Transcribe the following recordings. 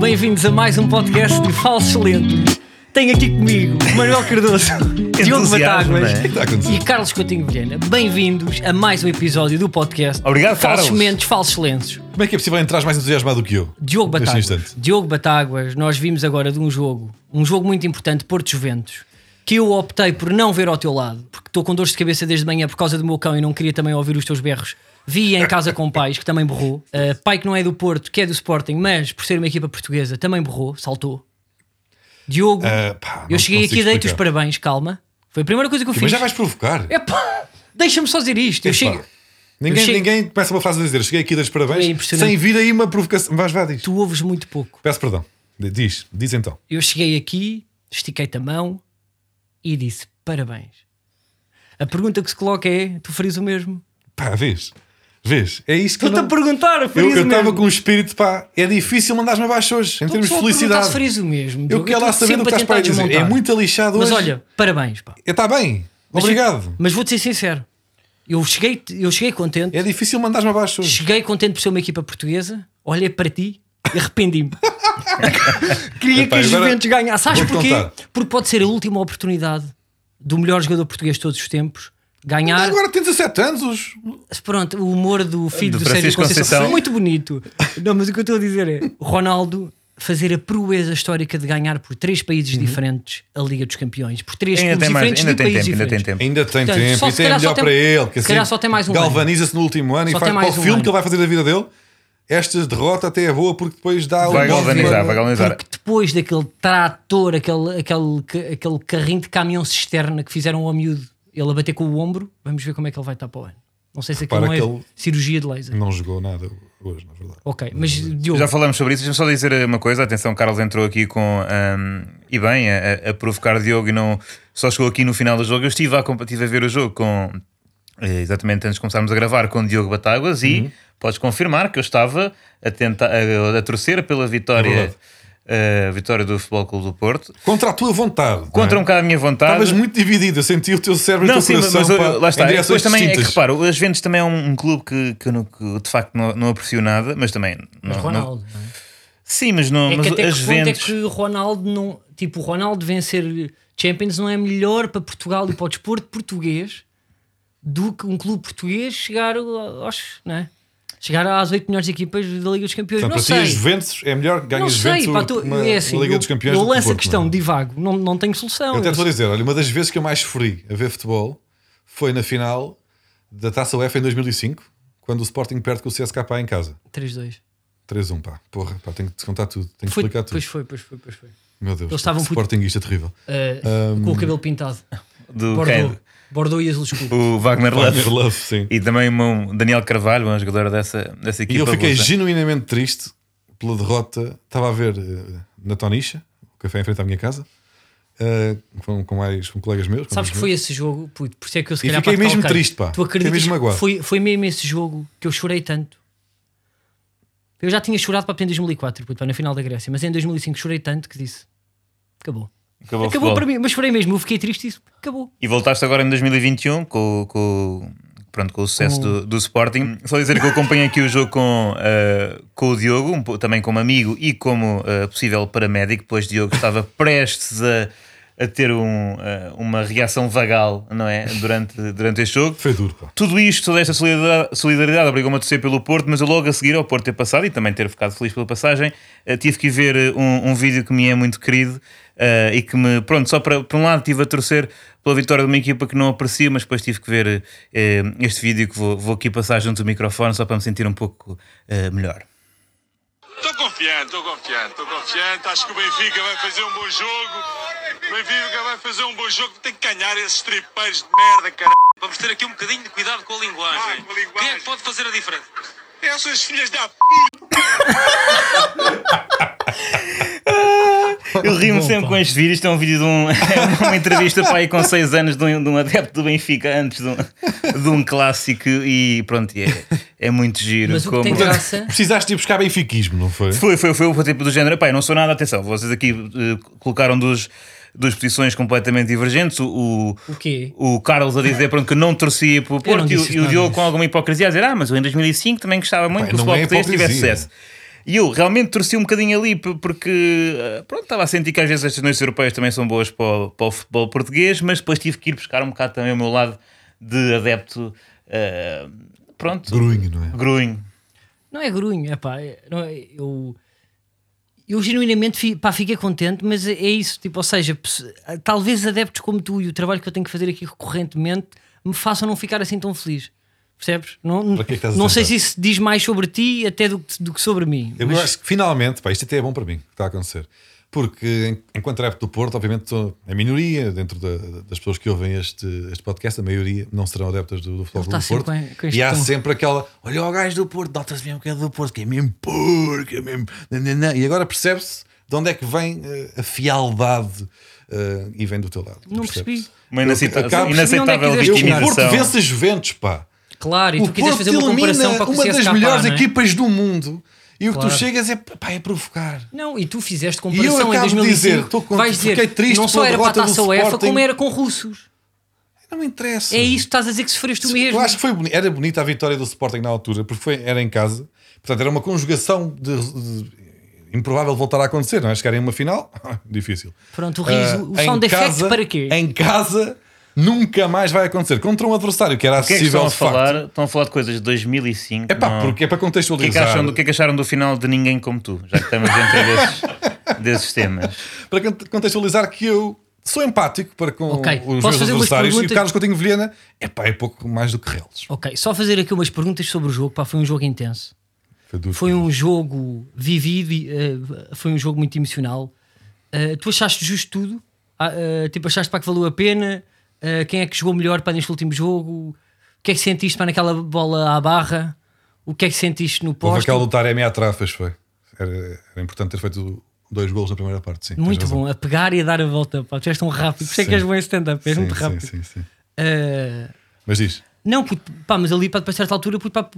bem-vindos a mais um podcast de Falsos Lentos. Tenho aqui comigo Manuel Cardoso, Diogo Entusiasmo, Batáguas não é? O que tá está a acontecer? e Carlos Coutinho Vilhena. Bem-vindos a mais um episódio do podcast Obrigado, Falsos Carlos. Mentos, Falsos Lentos. Como é que é possível entrar mais entusiasmado do que eu? Diogo neste Batáguas. instante? Diogo Batáguas, nós vimos agora de um jogo, um jogo muito importante, Porto Juventus, que eu optei por não ver ao teu lado, porque estou com dores de cabeça desde manhã por causa do meu cão e não queria também ouvir os teus berros. Vi em casa com pais, que também borrou. Uh, pai que não é do Porto, que é do Sporting, mas por ser uma equipa portuguesa, também borrou, saltou. Diogo, Ah, pá, não Hum. eu cheguei aqui consigo e dei-te os explicar. parabéns, calma. Foi a primeira coisa que eu Mas fiz. já vais provocar. Epá, deixa-me só dizer isto. Eu Epá, chego. Ninguém, eu chego- ninguém começa uma frase a dizer cheguei aqui das parabéns É impressionante. sem vir aí uma provocação. Vais, vá, diz. Tu ouves muito pouco. Peço perdão. Diz, diz então. Eu cheguei aqui, estiquei-te a mão e disse parabéns. A pergunta que se coloca é: tu farias o mesmo? Pá, vês? Vês? É isto que eu Estou-te a não... perguntar, farias Eu o eu mesmo. estava com um espírito, pá, é difícil mandar-me abaixo hoje, em Estou termos de Então, só a perguntar Se felicidade. farias o mesmo. Eu Diogo. quero lá estou saber do que sempre a estás para aí tentar dizer. É desmontar. muito alixado Mas hoje. olha, parabéns, pá. Está bem. Mas- Obrigado. Mas vou-te ser sincero: eu cheguei, eu cheguei contente, É difícil mandar-me abaixo hoje. cheguei contente por ser uma equipa portuguesa, olhei para ti e arrependi-me. Queria Epá, que os agora Juventus ganhassem. Sabes vou-te porquê? contar. Porque pode ser a última oportunidade do melhor jogador português de todos os tempos ganhar. Agora tem 17 anos. os- Pronto, o humor do filho Do do Sérgio Francisco Conceição, Conceição. foi muito bonito. Não, mas o que eu estou a dizer é Ronaldo fazer a proeza histórica de ganhar por três países diferentes a Liga dos Campeões, por três Uhum. é um clubes Ainda tem, mais, diferentes um ainda de tem países tempo, ainda tem diferentes. tempo. Ainda tem Portanto, só tempo se e tem calhar melhor só tem- um- para ele. Que assim se calhar só tem mais um Galvaniza-se no último ano Só e faz tem para o mais um filme ano. que ele vai fazer da vida dele. Esta derrota até é boa porque depois Vai dá um bom galvanizar, filme. vai galvanizar. Porque depois daquele trator, aquele, aquele, ca- aquele carrinho de caminhão cisterna que fizeram ao miúdo, ele a bater com o ombro, vamos ver como é que ele vai estar para o ano. Não sei se aquilo Repara não é que ele- cirurgia de laser. Não jogou nada hoje, na verdade. Ok, mas Diogo, Hum. Já falamos sobre isso, deixa-me só dizer uma coisa. Atenção, Carlos entrou aqui com. hum, e bem, a, a provocar Diogo e não. Só chegou aqui no final do jogo. Eu estive a, compa- estive a ver o jogo com. eh, Exatamente antes de começarmos a gravar com Diogo Batáguas e Uhum. podes confirmar que eu estava a, tentar, a, a torcer pela vitória, É verdade. eh, vitória do Futebol Clube do Porto. Contra a tua vontade. Contra um não é? bocado a minha vontade. Estavas muito dividido. Eu senti o teu cérebro e o Não, teu sim, mas coração eu- pá, lá em está. E direções Depois também é que distintas. reparo, as Juventus também é um, um clube que, que, eu não- que de facto não, não aprecio nada, mas também. mas não- não- Ronaldo. não é? sim, mas, não, É mas que até as que ponto é Juventus. que o Ronaldo não. Tipo, o Ronaldo vencer Champions não é melhor para Portugal e para o desporto português do que um clube português chegar aos. Não é? Chegar às oito melhores equipas da Liga dos Campeões. Portanto, não para ti, sei. as Juventus é melhor ganhar não as sei. Juventus Pá, tu- uma, é assim, uma Liga eu, dos Campeões. eu do que lanço Porto, a questão, não é? divago, não, não tenho solução. Eu até Eu te vou dizer, olha, uma das vezes que eu mais sofri a ver futebol foi na final da Taça UEFA em 2005, quando o Sporting perde com o CSKA em casa. 3-2. 3-1, pá. Porra, pá, tenho que te contar tudo. Tenho que Foi, explicar tudo. pois foi, pois foi, pois foi. Meu Deus, Eles estavam put- Sportingista terrível. Uh, Um, Com o cabelo pintado. Do Bordeaux. quem? Bordeaux e azul escuro. O Wagner Love. Wagner Love, sim. E também um Daniel Carvalho, um jogador dessa, dessa E equipa. eu fiquei russa. genuinamente triste pela derrota. Estava a ver eh, na Tonicha, o café em frente à minha casa, eh, com, com mais com colegas meus. com Sabes que amigos foi esse jogo, puto, por isso é que eu se Uhum. E calhar fiquei para te mesmo calcar. triste, pá. Tu Fiquei acreditas mesmo que magoado. foi, foi mesmo esse jogo que eu chorei tanto. Eu já tinha chorado para em 2004, puto, pá, na final da Grécia, mas em 2005 chorei tanto que disse: acabou. Acabou, o acabou futebol. para mim, mas chorei mesmo. Eu fiquei triste e disse: acabou. E voltaste agora em 2021 com, o- com o- pronto, com o sucesso do, do Sporting. Só dizer que eu acompanhei aqui o jogo com, ah, com o Diogo, um po- também como amigo e como ah, possível paramédico, pois Diogo estava prestes a, a ter um, ah, uma reação vagal, não é? Durante, durante este jogo. Foi duro, pá. Tudo isto, toda esta solidariedade, solidariedade obrigou-me a torcer pelo Porto, mas eu logo a seguir ao Porto ter passado e também ter ficado feliz pela passagem, eh, tive que ir ver eh, um, um vídeo que me é muito querido eh, e que me, pronto, só para, por um lado estive a torcer pela vitória de uma equipa que não aprecio, mas depois tive que ver eh, eh, este vídeo que vou, vou aqui passar junto do microfone só para me sentir um pouco eh, melhor. Tô confiante, tô confiante, tô confiante. Acho que o Benfica vai fazer um bom jogo. O Benfica vai fazer um bom jogo. Tem que ganhar esses tripeiros de merda, caralho. Vamos ter aqui um bocadinho de cuidado com a linguagem. Ah, com a linguagem. Quem é que pode fazer a diferença? Essas filhas da p. Eu rimo sempre com este vídeo. Isto é um vídeo de um- uma entrevista para aí com 6 anos de um, de um adepto do Benfica antes de um, de um clássico. E pronto, e é, é muito giro. Mas o que tem como- graça. Precisaste de ir buscar benfiquismo, não foi? Foi, foi, foi o tipo do género. Pai, não sou nada, atenção, vocês aqui eh, colocaram duas, duas posições completamente divergentes. O, O quê? o Carlos a dizer pronto, que não torcia para o não Porto e, o- disse e o nada Diogo disso. com alguma hipocrisia a dizer: Ah, mas eu em 2005 também gostava muito Pai, que o não futebol é português tivesse hipocrisia. sucesso. E eu realmente torci um bocadinho ali p- porque eh, pronto, estava a sentir que às vezes estas noites europeias também são boas para o, para o futebol português, mas depois tive que ir buscar um bocado também o meu lado de adepto. eh, pronto. Grunho, não é? Grunho. Não é grunho, é pá. é- não é- eu, eu genuinamente fi- pá, fiquei contente, mas é é isso. Tipo, ou seja, pes- talvez adeptos como tu e o trabalho que eu tenho que fazer aqui recorrentemente me façam não ficar assim tão feliz. Percebes? Não, Para que é que estás a não sei se tentar? isso diz mais sobre ti até do, que- do que sobre mim. Eu mas- acho que finalmente, pá, isto até é bom para mim, o que está a acontecer. Porque em- enquanto adepto do Porto, obviamente sou a minoria dentro da- das pessoas que ouvem este, este podcast, a maioria não serão adeptas do, do Futebol Ele está Clube do Porto. sempre com- com este e há tom. sempre aquela, olha o gajo do Porto, nota-se mesmo que é do Porto, que é mesmo porco, é mesmo... nananã." E agora percebe-se de onde é que vem eh, a fialdade eh, e vem do teu lado. Não percebi. Percebe-se. Uma Eu inaceitável, acabo- inaceitável Eu- Eu, o Porto vitimização. vence a Juventus, pá. Claro, e O tu quiseres Porto fazer uma elimina comparação para com o uma das CSKA, melhores não é? equipas do mundo. E o que Claro. tu chegas é, pá, é provocar. Não, e tu fizeste E eu comparação em acabo de 2005. dizer, estou com- vais dizer, fiquei triste não só pela era para a derrota do taça UEFA, Sporting. como era com russos. Não interessa. É isso que estás a dizer que sofreste tu mesmo. Eu acho que foi boni- era bonita a vitória do Sporting na altura, porque foi, era em casa. Portanto, era uma conjugação de, de- improvável voltar a acontecer, não é? Chegar em uma final, difícil. Pronto, o riso, o Ah, em sound effect casa- para quê? Em casa nunca mais vai acontecer. Contra um adversário que era O que é que acessível estão a de facto. falar? Estão a falar de coisas de 2005. É pá, não- porque é para O que, é que contextualizar. acham do, o que é que acharam do final de Ninguém Como Tu? Já que estamos dentro desses, desses temas. para cont- contextualizar que eu sou empático para com Ok, posso os meus fazer umas adversários e o perguntas? Carlos Coutinho Vilhena é pá, é pouco mais do que reles. Ok, só fazer aqui umas perguntas sobre o jogo. Pá, foi um jogo intenso. duro. Foi um jogo vivido, e, eh, foi um jogo muito emocional. Eh, tu achaste justo tudo? Ah, eh, tipo, achaste para que valeu a pena? Eh, quem é que jogou melhor para neste último jogo? O que é que sentiste para naquela bola à barra? O que é que sentiste no Houve posto? aquela lutar é meia trafas, foi. Era, era importante ter feito dois golos na primeira parte, sim. Muito tens razão. bom, a pegar e a dar a volta. Pá, tu és tão rápido, por isso é que Sim. és bom em stand-up, és Sim, muito sim, rápido. sim, sim. Eh, Mas diz, Não, puto, pá, mas ali pá, para certa altura puto, pá,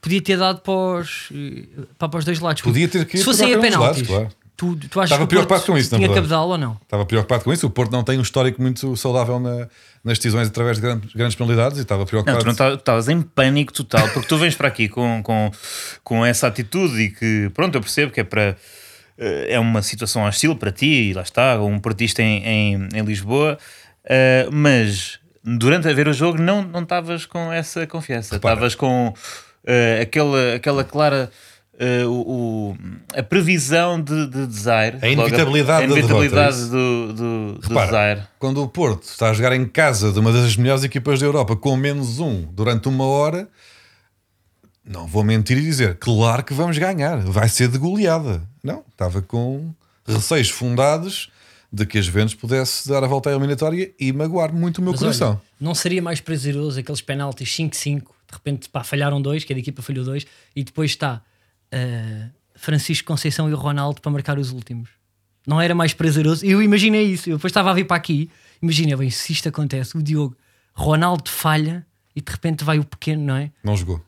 podia ter dado para os, eh, pá, para os dois lados. puto. Podia ter que ir Se fossem a para cada um dos penaltis, lados, claro. tu, tu achas Estava que o Porto preocupado com isso, na tinha verdade. cabedal ou não? estava preocupado com isso. O Porto não tem um histórico muito saudável na- nas decisões através de grandes, grandes penalidades e estava Não, preocupado. tu não tá- tu estavas em pânico total, porque tu vens para aqui com, com, com essa atitude e que, pronto, eu percebo que é para. eh, É uma situação hostil para ti, e lá está, um portista em, em, em Lisboa, eh, mas durante a ver o jogo não não estavas com essa confiança, Repara. estavas com eh, aquela, aquela clara. eh, o, o- a previsão de, de Desire, logo inevitabilidade a, da derrota, inevitabilidade é isso? do, do, do Repara, Desire. quando o Porto está a jogar em casa de uma das melhores equipas da Europa com menos um durante uma hora, não vou mentir e dizer, claro que vamos ganhar, vai ser de goleada. Não, estava com receios fundados de que as Juventus pudesse dar a volta à eliminatória e magoar muito o meu Mas coração. olha, não seria mais prazeroso aqueles penaltis 5-5, de repente pá, falharam dois, cada equipa falhou dois, e depois está eh, Francisco Conceição e o Ronaldo para marcar os últimos. Não era mais prazeroso? Eu imaginei isso. Eu depois estava a vir para aqui, imaginei, bem, se isto acontece, o Diogo, Ronaldo falha e de repente vai o pequeno, não é? Não jogou.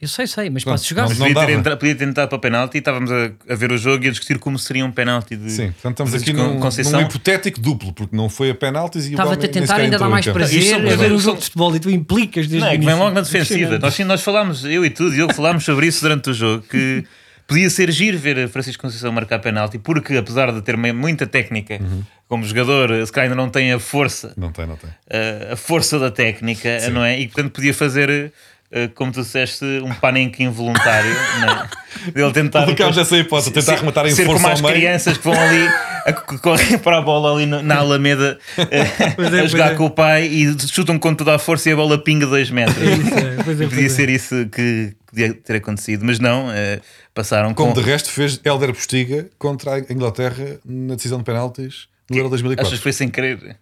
Eu sei, sei, mas Pronto, pá, se jogar não- podia, dava. ter entra, podia ter entrado para o penalti e estávamos a, a ver o jogo e a discutir como seria um penalti de Sim, portanto estamos de aqui Con- num, Conceição. num hipotético duplo, porque não foi a penaltis e o Estava-te homem a nem tentar sequer ainda entrou então. dar em mais campo. Isto são prazer a ver razões- um jogo de futebol e tu implicas desde Não, o é que início. vem logo na defensiva. Nós, sim, nós falámos, eu e tu, Diogo, falámos sobre isso durante o jogo, que podia ser giro ver Francisco Conceição marcar penalti, porque apesar de ter me- muita técnica Uhum. como jogador, se calhar ainda não tem a força, Não tem, não tem. eh, a força da técnica, não é? E portanto podia fazer, eh, como tu disseste, um panenque involuntário, não é? Ele tentar. Colocámos essa hipótese, tentar Ser- arrematar em ser força como as ao meio. crianças que vão ali a, que correm para a bola ali no- na Alameda eh, é, a pois jogar é. com o pai e chutam com toda a força e a bola pinga 2 metros. Isso, é, pois é, Podia pois é. ser isso que podia ter acontecido, mas não, eh, passaram Como com. de resto fez Helder Postiga contra a Inglaterra na decisão de penaltis no Euro Achas 2004. que foi sem querer?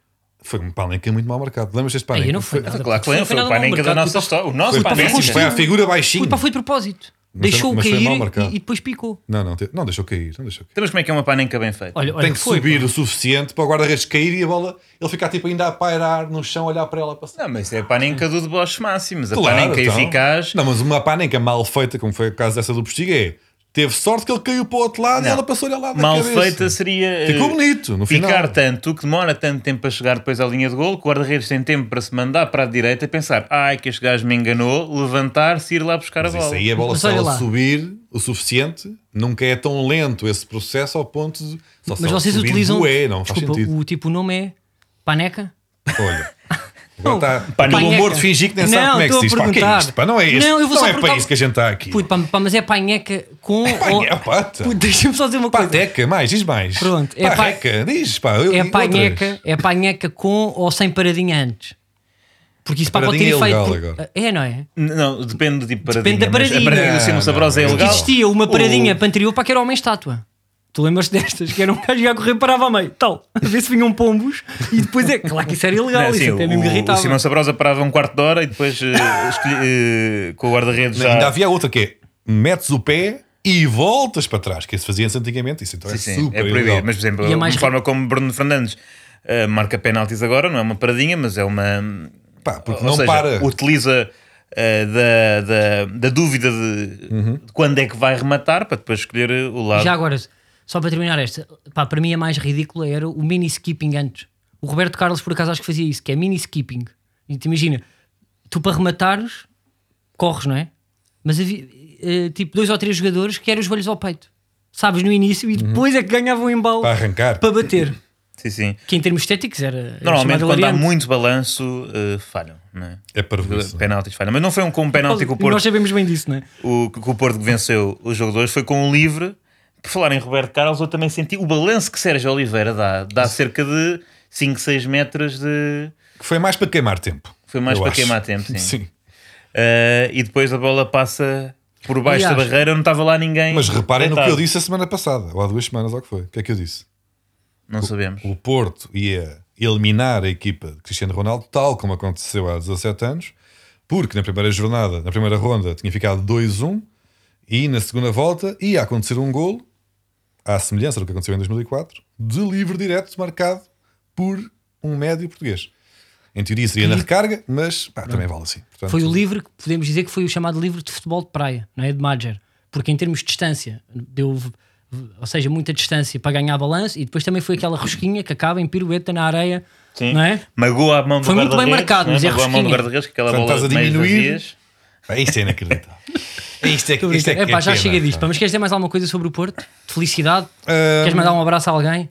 Foi um panenca muito mal marcado. Lembras deste panenca? Aí não foi nada. Claro que foi, Não foi nada o mal panenca da marcado, nossa puto. história. O nosso Foi, pá, panenca. foi foi a figura baixinha. Puto, pá, foi de propósito. Mas Deixou-o foi- mas foi cair mal marcado. e, e depois picou. Não, não, te- não deixou cair. Não deixou cair. Temos como é que é uma panenca bem feita. Olha, olha, Tem que foi, subir pá. o suficiente para o guarda-redes cair e a bola ele ficar tipo ainda a pairar no chão, a olhar para ela passar. Não, mas é a panenca do deboche máximo, mas a Claro, panenca então. eficaz. Não, mas uma panenca mal feita, como foi o caso dessa do Postiga, é Teve sorte que ele caiu para o outro lado e Não. ela passou-lhe ao lado da Mal Ah, cabeça. feita seria Ficou eh, bonito, no final. ficar tanto que demora tanto tempo para chegar depois à linha de gol que o guarda-redes tem tempo para se mandar para a direita e pensar ai que este gajo me enganou, levantar-se e ir lá buscar Mas a bola. isso aí é- a bola Mas só olha ela lá. subir o suficiente, nunca é tão lento esse processo ao ponto de. Só se Mas ela vocês subir, utilizam. bué, não faz desculpa, sentido. o tipo, o nome é Paneca? Olha. Agora tá- está. Pá, Pelo Panheca. amor de fingir que nem sabe Não, como é que estou se diz. a Pá, o que é perguntar. isto? Pá, não é isto. Não, eu vou só é para perguntar- isso que a gente está aqui. oh, Puto, pá, pá, mas é panheca com. É Panhe- Pata. Deixa-me só dizer uma coisa. Pateca, tá. mais, diz mais. Pronto, é é pa- Parreca, diz, pá. eu- É outras. panheca, é panheca com ou sem paradinha antes. Porque isso pá, pode ter Paradinha é efeito. ilegal agora. É, não é? N- Não, depende do tipo de paradinha. Depende da mas paradinha. A paradinha Não, do Simão não, Sabrosa é não. legal. Existia uma paradinha O- para anterior para que era homem-estátua. Tu lembras destas? Que era um gajo que ia a correr, parava a meio, tal, a ver se vinham pombos e depois é. Claro que isso era ilegal, Não, isso sim, até é mesmo o, o irritava. Simão Sabrosa parava um quarto de hora e depois eh, escolhi- eh, com o guarda-redes já. Ainda havia outra que é: metes o pé e voltas para trás, que isso fazia-se antigamente. Isso então Sim, é sim, super é ilegal. proibido. Mas, por exemplo, E é a mais ri- forma como Bruno Fernandes eh, marca penaltis agora, não é uma paradinha, mas é uma. Pá, porque ou não seja, para. Utiliza eh, da, da, da dúvida de, de quando é que vai rematar para depois escolher eh, o lado. Já agora, só para terminar esta, pá, para mim a mais ridícula era o mini skipping antes. O Roberto Carlos, por acaso, acho que fazia isso, que é mini skipping. E te imagina, tu para rematares, corres, não é? Mas havia eh, tipo dois ou três jogadores que eram os joelhos ao peito, sabes, no início, e depois é que ganhavam o embalo Para arrancar. para bater. Sim, sim. Que em termos estéticos era. era Normalmente, chamado quando há hilariante. muito balanço, eh, falham, não é? É perverso. Penaltis falham. Mas não foi um com um penalti que o Porto Nós sabemos bem disso, não é? o, que o Porto venceu os jogo 2 foi com um livre. Por falar em Roberto Carlos, eu também senti o balanço que Sérgio Oliveira dá. Dá cerca de 5, 6 metros de. Que foi mais para queimar tempo. Foi mais eu para acho. queimar tempo, sim. sim. Ah, e depois a bola passa por baixo Aliás- da barreira, não estava lá ninguém. Mas reparem no que deitado. eu disse a semana passada, ou há duas semanas, ou o que foi. O que é que eu disse? Não sabemos. O Porto ia eliminar a equipa de Cristiano Ronaldo, tal como aconteceu há 17 anos, porque na primeira jornada, na primeira ronda, tinha ficado 2-1 e na segunda volta ia acontecer um golo, à semelhança do que aconteceu em 2004, de livre direto marcado por um médio português. Em teoria seria na recarga, mas pá, também vale assim. Portanto, Foi o livro que podemos dizer que foi o chamado livro de futebol de praia, não é? De Major. Porque em termos de distância, deu, v- v- ou seja, muita distância para ganhar balanço e depois também foi aquela rosquinha que acaba em pirueta na areia, Sim. não é? Magoa a mão do Foi muito bem guarda-redes, marcado, não é? mas é Magoa a mão do risquinha. guarda-redes, que aquela Portanto, bola estás de a meios diminuir. vazias. Pá, isto é inacreditável. isto é, que- isto é, que É, é pá, já pena, chega disto. pá. pá. Mas queres dizer mais alguma coisa sobre o Porto? De felicidade? Ahm. Queres mandar um abraço a alguém?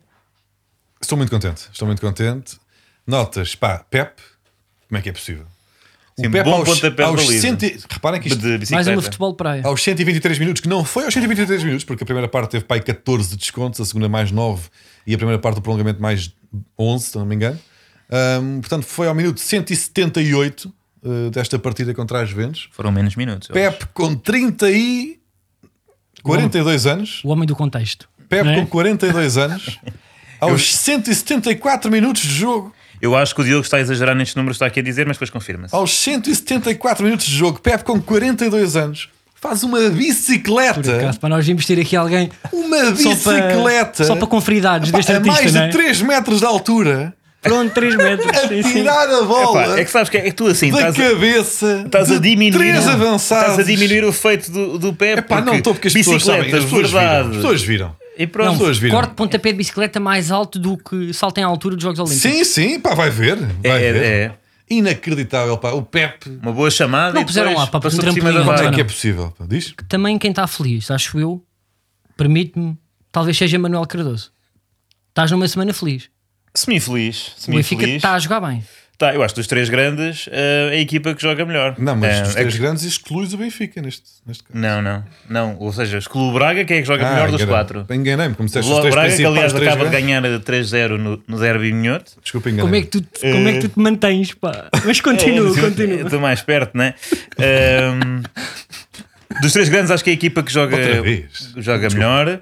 Estou muito contente, estou muito contente. Notas, pá, Pep, como é que é possível? O Sim, Pep bom aos, pontapé de aos baliza. cento e- reparem que De isto, bicicleta. Mais uma futebol de praia. aos 123 minutos, que não foi aos 123 minutos, porque a primeira parte teve pai 14 descontos, a segunda mais 9 e a primeira parte do prolongamento mais 11, se não me engano. Ahm, portanto, foi ao minuto 178 eh, desta partida contra as Juventus. Foram menos minutos. eu acho. Pep com 30 e 42 anos. O homem do contexto. Pep não é? com 42 anos. Aos 174 minutos de jogo. Eu acho que o Diogo está a exagerar nestes números, está aqui a dizer, mas depois confirma-se. aos 174 minutos de jogo, Pep com 42 anos, faz uma Por acaso, bicicleta. para nós vimos ter aqui alguém Uma só bicicleta. para, só para conferir dados pá, deste a artista, mais não é? de 3 metros de altura, Pronto, 3 metros. a Sim, sim. tirar a Epá, bola é que sabes que é que tu assim da estás a, cabeça. estás a diminuir. é? Três avançados. Estás a diminuir o feito do, do Pep. Epá, não estou porque as pessoas sabem. As bicicletas, pessoas viram. As verdade. pessoas viram. E Não, pronto. pessoas viram. corte de pontapé de bicicleta mais alto do que salto em altura dos Jogos Olímpicos. Sim, sim, pá, vai ver. Vai É, é, ver. é. Inacreditável, pá. O Pep. Uma boa chamada Não e puseram depois lá, pá, passou um por cima da trampolim, Como não é vara. tem. que é possível? pá? Diz? Também quem está feliz, acho eu, permite-me, talvez seja Manuel Cardoso. Estás numa semana feliz. Semi-feliz. O Benfica Semi-feliz. está a jogar bem. Tá, eu acho que dos três grandes eh, é a equipa que joga melhor. Não, mas Eh, os é três que- grandes excluís o Benfica neste, neste caso. Não, não, não. Ou seja, exclui o Braga, que é que joga Ah, melhor dos enganei-me. quatro. Enganei-me, como disseste, os O três Braga, que principais, aliás os três acaba de grandes. ganhar 3-0 no, no Derby Minhoto. Desculpa, Como enganei-me. é, que tu, te- como é que tu te mantens, pá? Mas É, continua, mas eu- eu continua. Estou mais perto, né? Ahm, dos três grandes, acho que é a equipa que joga, Outra vez. joga melhor.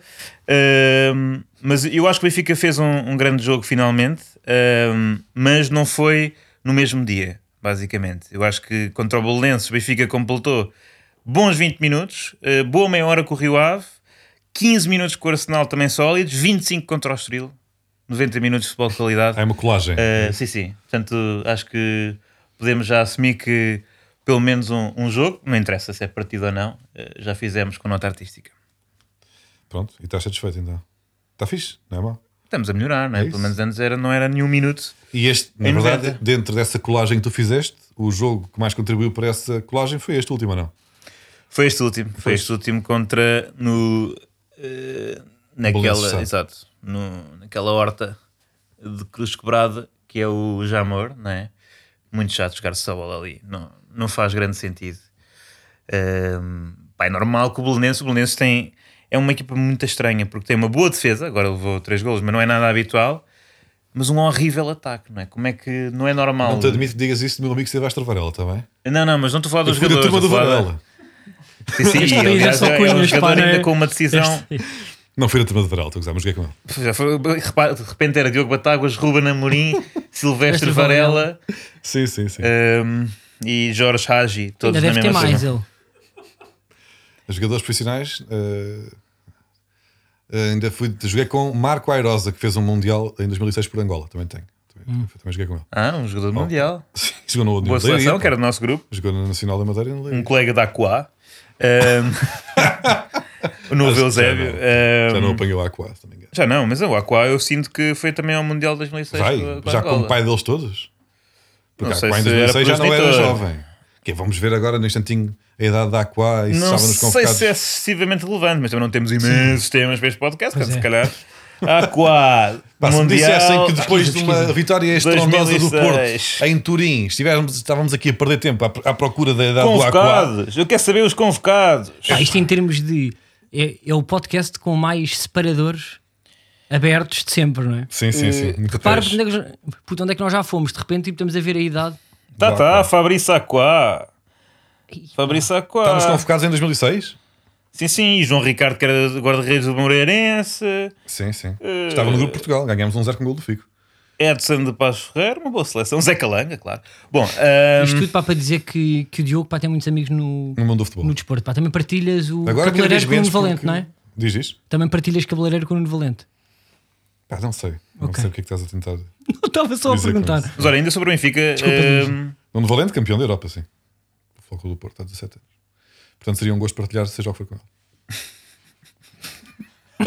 Ahm, mas eu acho que o Benfica fez um, um grande jogo finalmente, ahm, mas não foi no mesmo dia, basicamente. Eu acho que contra o Belenenses, o Benfica completou bons 20 minutos, eh, boa meia hora com o Rio Ave, 15 minutos com o Arsenal também sólidos, 25 contra o Estoril, 90 minutos de futebol de qualidade. Ah, É uma colagem. Uh, sim, sim. Portanto, acho que podemos já assumir que eh, pelo menos um, um jogo, não interessa se é partido ou não, uh, já fizemos com nota artística. Pronto, e estás satisfeito então. Está fixe, não é mal? Estamos a melhorar, não é? É Pelo isso. menos antes era, não era nenhum minuto. E este, na Em verdade, 90. dentro dessa colagem que tu fizeste, o jogo que mais contribuiu para essa colagem foi este último, ou não? Foi este último. Foi este último contra no. eh, naquela. Santo. exato. no- naquela horta de Cruz Quebrada, que é o Jamor, não é? Muito chato jogar só bola ali. Não, não faz grande sentido. Ehm, pá, é normal que o Belenenses, o Belenenses tem. É uma equipa muito estranha, porque tem uma boa defesa, agora levou três golos, mas não é nada habitual. Mas um horrível ataque, não é? Como é que não é normal? Não te admito que digas isso do meu amigo Sebastião Varela, está bem? Não, não, mas não estou a falar dos Eu fui da jogadores. turma do estou a falar da- Varela. Sim, sim, Este e, país é aliás, só é, é um cunhas, jogador pá, não é? ainda com uma decisão. Este- Não fui da turma do Varela, tu mas joguei com ele. Já foi- repara, De repente era Diogo Batáguas, Ruben Amorim, Silvestre Silvestre Varela Sim, sim, sim. ehm, e Jorge Hagi. Todos Ainda na deve ter mesma mais zona. ele. Os jogadores profissionais, eh, eh, ainda fui, joguei com Marco Airosa, que fez um Mundial em 2006 por Angola, também tenho. Também, também joguei com ele. Ah, um jogador Oh, mundial. Sim, jogou no Boa Madeira, seleção, pá. que era do nosso grupo. Jogou no Nacional da Madeira e no Um Leiria. colega da Aquá. ehm, o novo Acho que já Eusébio. não. ehm, Já não apanhou a quase, se não me engano. já não, mas o Aquá eu sinto que foi também ao Mundial 2006. Vai, com- com já Angola. com o pai deles todos? Não Porque sei a Aquá em se é era 2006 já não era progenitor. jovem. Que é, vamos ver agora no instantinho a idade da Aquá e se Não estava nos sei convocados. se é excessivamente relevante, mas também não temos imensos temas para este podcast, portanto, se é. calhar. Aquá, Pá, se me dissessem Mundial. que depois de uma vitória estrondosa 2006. do Porto em Turim estivéramos, estávamos aqui a perder tempo à, à procura da idade do Aquá. Ah, Convocados, eu quero saber os convocados. Pá, isto em termos de. É, é o podcast com mais separadores abertos de sempre, não é? Sim, sim, sim. Nunca Repara, tens. porque onde, é que, nós- puto, onde é que nós já fomos? De repente, tipo, estamos a ver a idade. Tá, Vá, tá, vá. Fabrício Aquá. Ih, Fabrício Aquá. Estávamos Ah. convocados em 2006? Sim, sim, e João Ricardo, que era guarda-redes do Moreirense. Sim, sim. Estava no grupo Eh, de Portugal, ganhámos um zero com o gol do Fico. Edson de Paz Ferreira, uma boa seleção. Zé Calanga, claro. Bom, ahm, Isto tudo pá, para dizer que, que o Diogo pá, tem muitos amigos no, No mundo do futebol. no desporto. Pá. Também partilhas o Agora cada vez cabeleireiro com o Nuno menos Valente, porque- não é? Diz isto? Também partilhas cabeleireiro com o Nuno Valente. Pá, não sei. Não Ok. sei o que é que estás a tentar. Não estava só a Dizer com perguntar. isso. mas olha, ainda sobre o Benfica. Luís. ahm, Nuno Valente, campeão da Europa, sim. O Foco do Porto, há 17 anos. Portanto, seria um gosto partilhar, seja o que for com ele.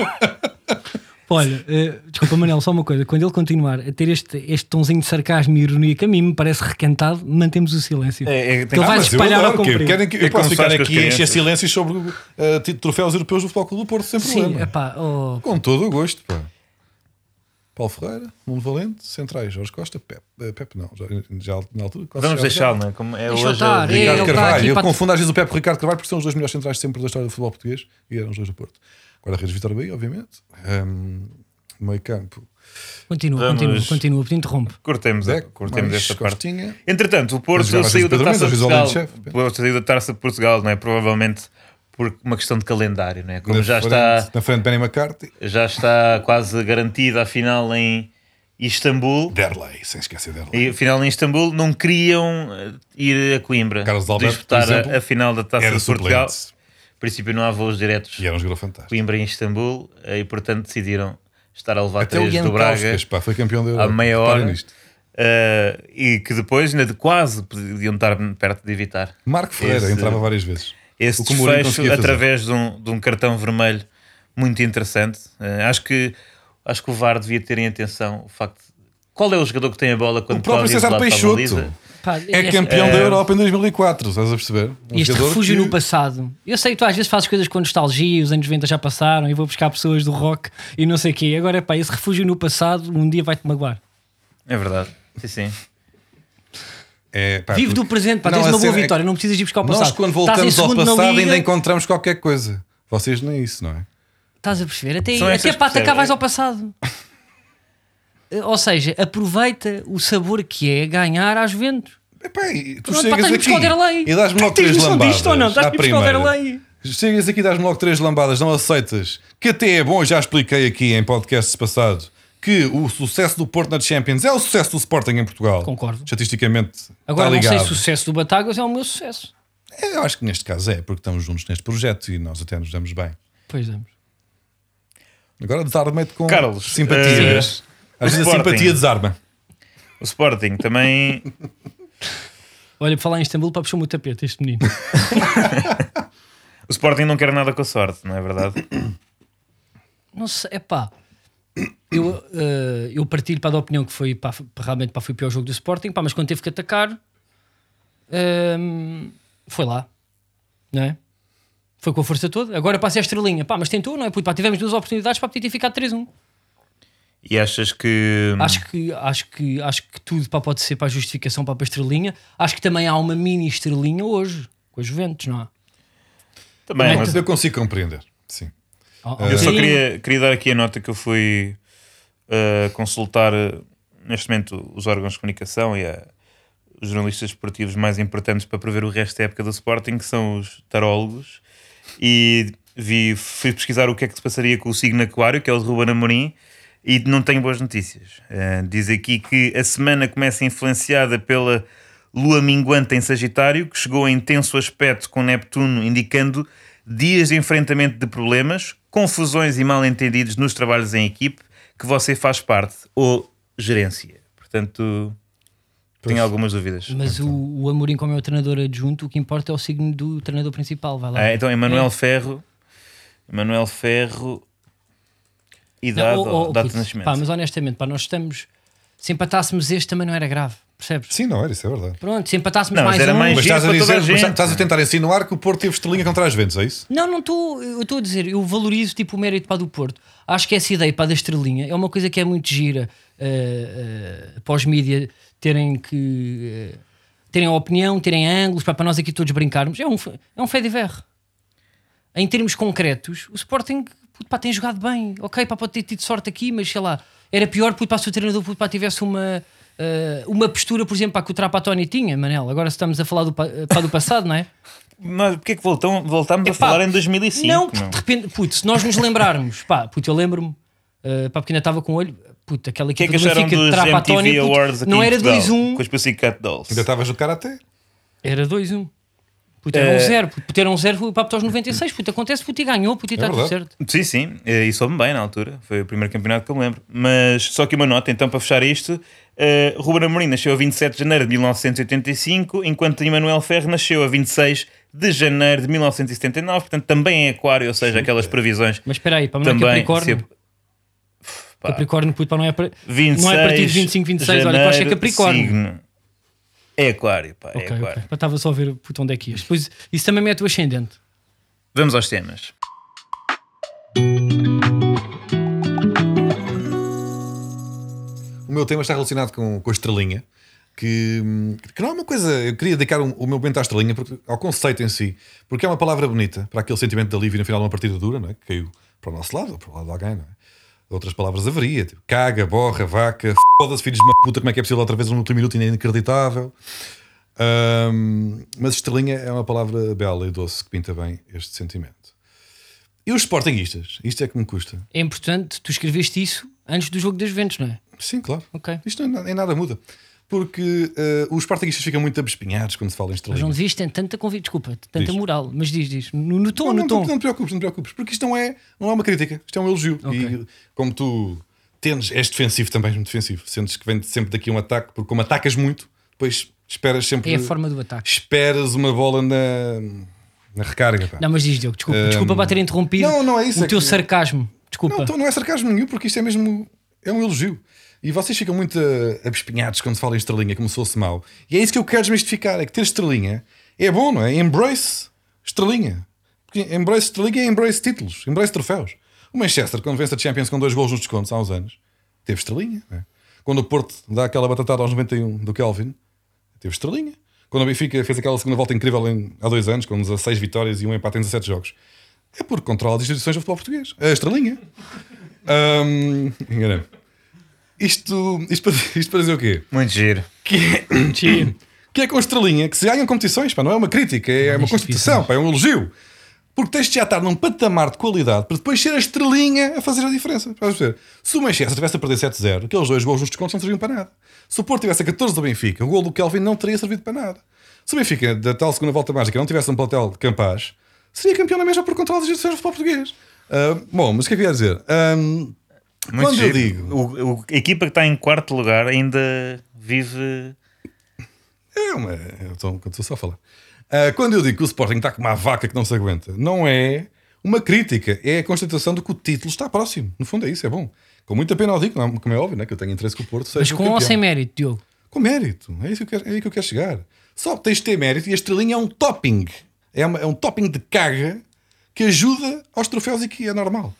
Pá, Olha, eh, desculpa, Manel, só uma coisa. Quando ele continuar a ter este, este tonzinho de sarcasmo e ironia que a mim me parece recantado, mantemos o silêncio. é, é, tem- Ele vai- mas eu espalhar adoro, ao que- comprido. Querem que eu É como posso se ficar faz com as aqui e encher crianças. silêncios sobre eh, ti- troféus europeus do Futebol Clube do Porto, sem Sim, problema. é pá, oh, Com todo o gosto, pá. Paulo Ferreira, Mundo Valente, Centrais, Jorge Costa, Pepe, eh, Pepe não, já, já na altura. quase Vamos já- deixá-lo, não é? Como é Deixa eu hoje. estar, a- é, Ricardo ele tá Carvalho, aqui eu para- confundo às vezes o Pepe e o Ricardo Carvalho porque são os dois melhores centrais sempre da história do futebol português e eram os dois do Porto. Guarda-redes Vitor Bahia, obviamente. Ahm, meio campo, continua, Vamos. continua, continua, te interrompo. Cortemos, Deco, cortemos É, mais esta parte. Costinha. Entretanto, o Porto Mas jogava saiu assim da Pedro Taça de Mendes, Portugal. Luís Alonso, chefe. O Porto saiu da Taça de Portugal, não é? Provavelmente por uma questão de calendário, não é? Como na já frente, está. Na frente, Benny McCarthy. já está quase garantida a final em Istambul. Derley, sem esquecer Derley. E a final em Istambul não queriam eh, ir a Coimbra Carlos Alberto, disputar por exemplo, a, a final da Taça era de Portugal. suplente. Em princípio não há voos diretos E era um jogador fantástico. Coimbra em Istambul eh, e portanto decidiram estar a levar Até o três Ian do Braga Kauskas, pá, foi campeão da à Europa. meia Reparem hora nisto. eh, e que depois ainda de quase podiam estar perto de evitar Marco Ferreira Esse- entrava várias vezes. esse O que o Mourinho desfecho conseguia fazer. através de um, de um cartão vermelho muito interessante. Eh, acho, que, acho que o VAR devia ter em atenção o facto de- qual é o jogador que tem a bola quando O próprio Cláudio César Lopes a Peixoto baliza? Pá, é este- campeão da Europa em 2004, estás a perceber? Um Este jogador refúgio que- no passado. Eu sei que tu às vezes fazes coisas com nostalgia, os anos 90 já passaram e vou buscar pessoas do rock e não sei o quê. Agora, pá, esse refúgio no passado um dia vai-te magoar. É verdade, sim, sim. É, pá, Vive do porque- presente, pá, Não, tens a uma boa cena é que vitória, não precisas ir buscar o passado. Nós, quando Estás em voltamos ao segundo na passado, liga, ainda encontramos qualquer coisa. Vocês nem isso, não é? Estás a perceber? Até, São até essas para percebes, atacar vais é? ao passado. Eh, Ou seja, aproveita o sabor que é ganhar às Juventus. Epá, e tu Pronto, pá, chegas tens-me aqui buscar o Derlei. e dás-me logo Tens três noção lambadas. disto ou não? Estás-me à buscar o primeira. Derlei. Chegas aqui e dás-me logo três lambadas, não aceitas. Que até é bom, já expliquei aqui em podcasts passado, que o sucesso do Porto na Champions é o sucesso do Sporting em Portugal. Concordo. Estatisticamente Agora não sei está Tá ligado. se o sucesso do Batáguas é o meu sucesso. É, Eu acho que neste caso é, porque estamos juntos neste projeto e nós até nos damos bem. Pois é. Agora desarma-te com Carlos, simpatias. eh, Às vezes a Sporting. simpatia desarma. O Sporting também Olha, para falar em Istambul, para puxou-me o tapete este menino. O Sporting não quer nada com a sorte, não é verdade? Não sei, é pá. Eu, eh, eu partilho para a da opinião que foi pá, f- realmente pá, foi o pior jogo do Sporting, pá, mas quando teve que atacar, ehm, foi lá, não é? Foi com a força toda. Agora passa a estrelinha, pá, mas tentou, não é? Puto, pá, tivemos duas oportunidades para podia ter ficado 3-1. E achas que. Acho que, acho que, acho que tudo pá, pode ser para a justificação pá, para a estrelinha. Acho que também há uma mini estrelinha hoje com a Juventus, não há? Também, Como é mas que Eu consigo compreender. Sim. Há- há um eu só bocadinho. queria, queria dar aqui a nota que eu fui uh, consultar uh, neste momento os órgãos de comunicação e a- os jornalistas esportivos mais importantes para prever o resto da época do Sporting, que são os tarólogos, e vi, fui pesquisar o que é que se passaria com o signo aquário, que é o de Ruben Amorim, e não tenho boas notícias. Uh, diz aqui que a semana começa influenciada pela lua minguante em Sagitário, que chegou em intenso aspecto com Neptuno, indicando dias de enfrentamento de problemas, confusões e mal-entendidos nos trabalhos em equipe que você faz parte ou gerência. Portanto, tenho algumas dúvidas. Mas o, o Amorim, como é o treinador adjunto, o que importa é o signo do treinador principal. Vai lá. Ah, então, É. Emanuel Ferro. Emanuel Ferro. Idade Não, oh, ou oh, data putz, de nascimento. pá, mas honestamente, pá, nós estamos. Se empatássemos este também não era grave, percebes? Sim, não era, isso é verdade. Pronto, se empatássemos Não, mas mais era um. mais- Mas É giro estás a, para toda dizer, a mas gente. estás- estás a tentar insinuar que o Porto teve estrelinha contra as Ventos, é isso? Não, não estou. Eu estou a dizer, eu valorizo tipo, o mérito para do Porto. Acho que essa ideia para da estrelinha é uma coisa que é muito gira eh, eh, para os mídia terem que. eh, terem opinião, terem ângulos, pá, para nós aqui todos brincarmos. É um, f- é um fé de verre. Em termos concretos, o Sporting puto, pá, tem jogado bem. Ok, pá, pode ter tido sorte aqui, mas sei lá, era pior puto, pá, se o treinador puto, pá, tivesse uma. eh, uma postura, por exemplo, pá, que o Trapatoni tinha, Manel. Agora estamos a falar do, pa- eh, pá, do passado, não é? Mas porquê que voltam, voltámos a Epá, É falar em 2005? Não, meu? porque de repente, puto, se nós nos lembrarmos, pá, puto, eu lembro-me, uh, pá, porque ainda estava com o olho, puto, aquela O que é equipa que do acharam Benfica de dos trapa à MTV Tony, puto, Awards aqui não em era Portugal, 2-1, Com os Pussycat Dolls. Ainda tá. estavas no Karaté? era 2-1. Puto, era Eh, um zero, puto, puto, era um zero, puto, papo aos 96, puto, acontece, puto, e ganhou, puto, e está tudo verdade. certo. Sim, sim, eh, e soube-me bem na altura. Foi o primeiro campeonato que eu me lembro. Mas só que uma nota, então, para fechar isto: eh, Ruben Amorim nasceu a 27 de janeiro de 1985, enquanto Emanuel Ferro nasceu a 26 de janeiro de 1979. Portanto, também em Aquário, ou seja, aquelas previsões. Mas espera aí, para não é também. Capricórnio, se- Pá, Capricórnio, puto, pá, não é, para- 26 não é partido 25, 26, olha, que eu acho que é janeiro, Capricórnio. signo. É Aquário, pá, é Ok, Aquário. ok, pá, estava só a ver, puto, onde é que ias. Depois, isso também mete o ascendente. Vamos aos temas. O meu tema está relacionado com, com a estrelinha, que, hum, que não é uma coisa. Eu queria dedicar um- o meu momento à estrelinha, porque- ao conceito em si, porque é uma palavra bonita para aquele sentimento de alívio no final de uma partida dura, não é? que caiu para o nosso lado ou para o lado de alguém, não é? Outras palavras haveria, tipo, caga, borra, vaca, foda-se, filhos de uma puta, como é que é possível outra vez no último minuto, ainda é inacreditável. Hum, mas estrelinha é uma palavra bela e doce que pinta bem este sentimento. E os sportinguistas? Isto é que me custa. É importante, tu escreveste isso antes do jogo das Juventus, não é? Sim, claro. Ok. Isto não, nem nada muda. Porque eh, os Spartaquistas ficam muito abespinhados quando se fala em Mas não estrelinha. devias ter tanta convite, desculpa, tanta Diz. moral, mas diz, diz, no, no tom, Não, no não, tom. não te preocupes, não te preocupes, porque isto não é, não é uma crítica, isto é um elogio. E como tu tendes, és defensivo também, és muito defensivo, sentes que vem sempre daqui um ataque, porque como atacas muito, depois esperas sempre. É a forma do ataque. Esperas uma bola na, na recarga. Pá. Não, mas diz, Diogo, desculpa, desculpa para ter interrompido Hum. não, não é isso, o é teu que- sarcasmo. Desculpa. Não, então não é sarcasmo nenhum, porque isto é mesmo. É um elogio. E vocês ficam muito eh, abespinhados quando se fala em estrelinha, como se fosse mau. E é isso que eu quero desmistificar: é que ter estrelinha é bom, não é? Embrace estrelinha. Porque embrace estrelinha é embrace títulos, embrace troféus. O Manchester, quando vence a Champions com dois gols nos descontos há uns anos, teve estrelinha. não é? Quando o Porto dá aquela batatada aos 91 do Kelvin, teve estrelinha. Quando o Benfica fez aquela segunda volta incrível em- há dois anos, com 16 vitórias e um empate em 17 jogos, é porque controla as instituições do futebol português. A estrelinha. Hum, enganei-me. Isto, isto, para, isto para dizer o quê? Muito giro. Que é com estrelinha que se ganham competições, pá, não é uma crítica, é, uma constituição, pá, é um elogio. Porque tens de já estar num patamar de qualidade para depois ser a estrelinha a fazer a diferença. Estás a perceber? Se o Manchester estivesse a perder 7-0, aqueles dois gols nos descontos não serviam para nada. Se o Porto tivesse a 14 do Benfica, o gol do Kelvin não teria servido para nada. Se o Benfica, da tal segunda volta mágica, não tivesse um plantel de capaz, seria campeão na mesma por controlar as instituições do futebol português. Ah, bom, mas o que é que eu ia dizer? Hum, Muito Quando giro. eu digo- O, o- a equipa que está em quarto lugar ainda vive. É uma. Eu estou, eu estou só a falar. Ah, quando eu digo que o Sporting está com uma vaca que não se aguenta, não é Uma crítica é a constatação de que o título está próximo. No fundo é isso, é bom. Com muita pena ao digo, não é? como é óbvio, né? que eu tenho interesse que é o Porto seja Mas o com campeão. ou sem mérito, Diogo? Com mérito. É, isso que eu quero, é aí que eu quero chegar. Só tens de ter mérito e a estrelinha é um topping. É, uma- é um topping de carga que ajuda aos troféus e que é normal.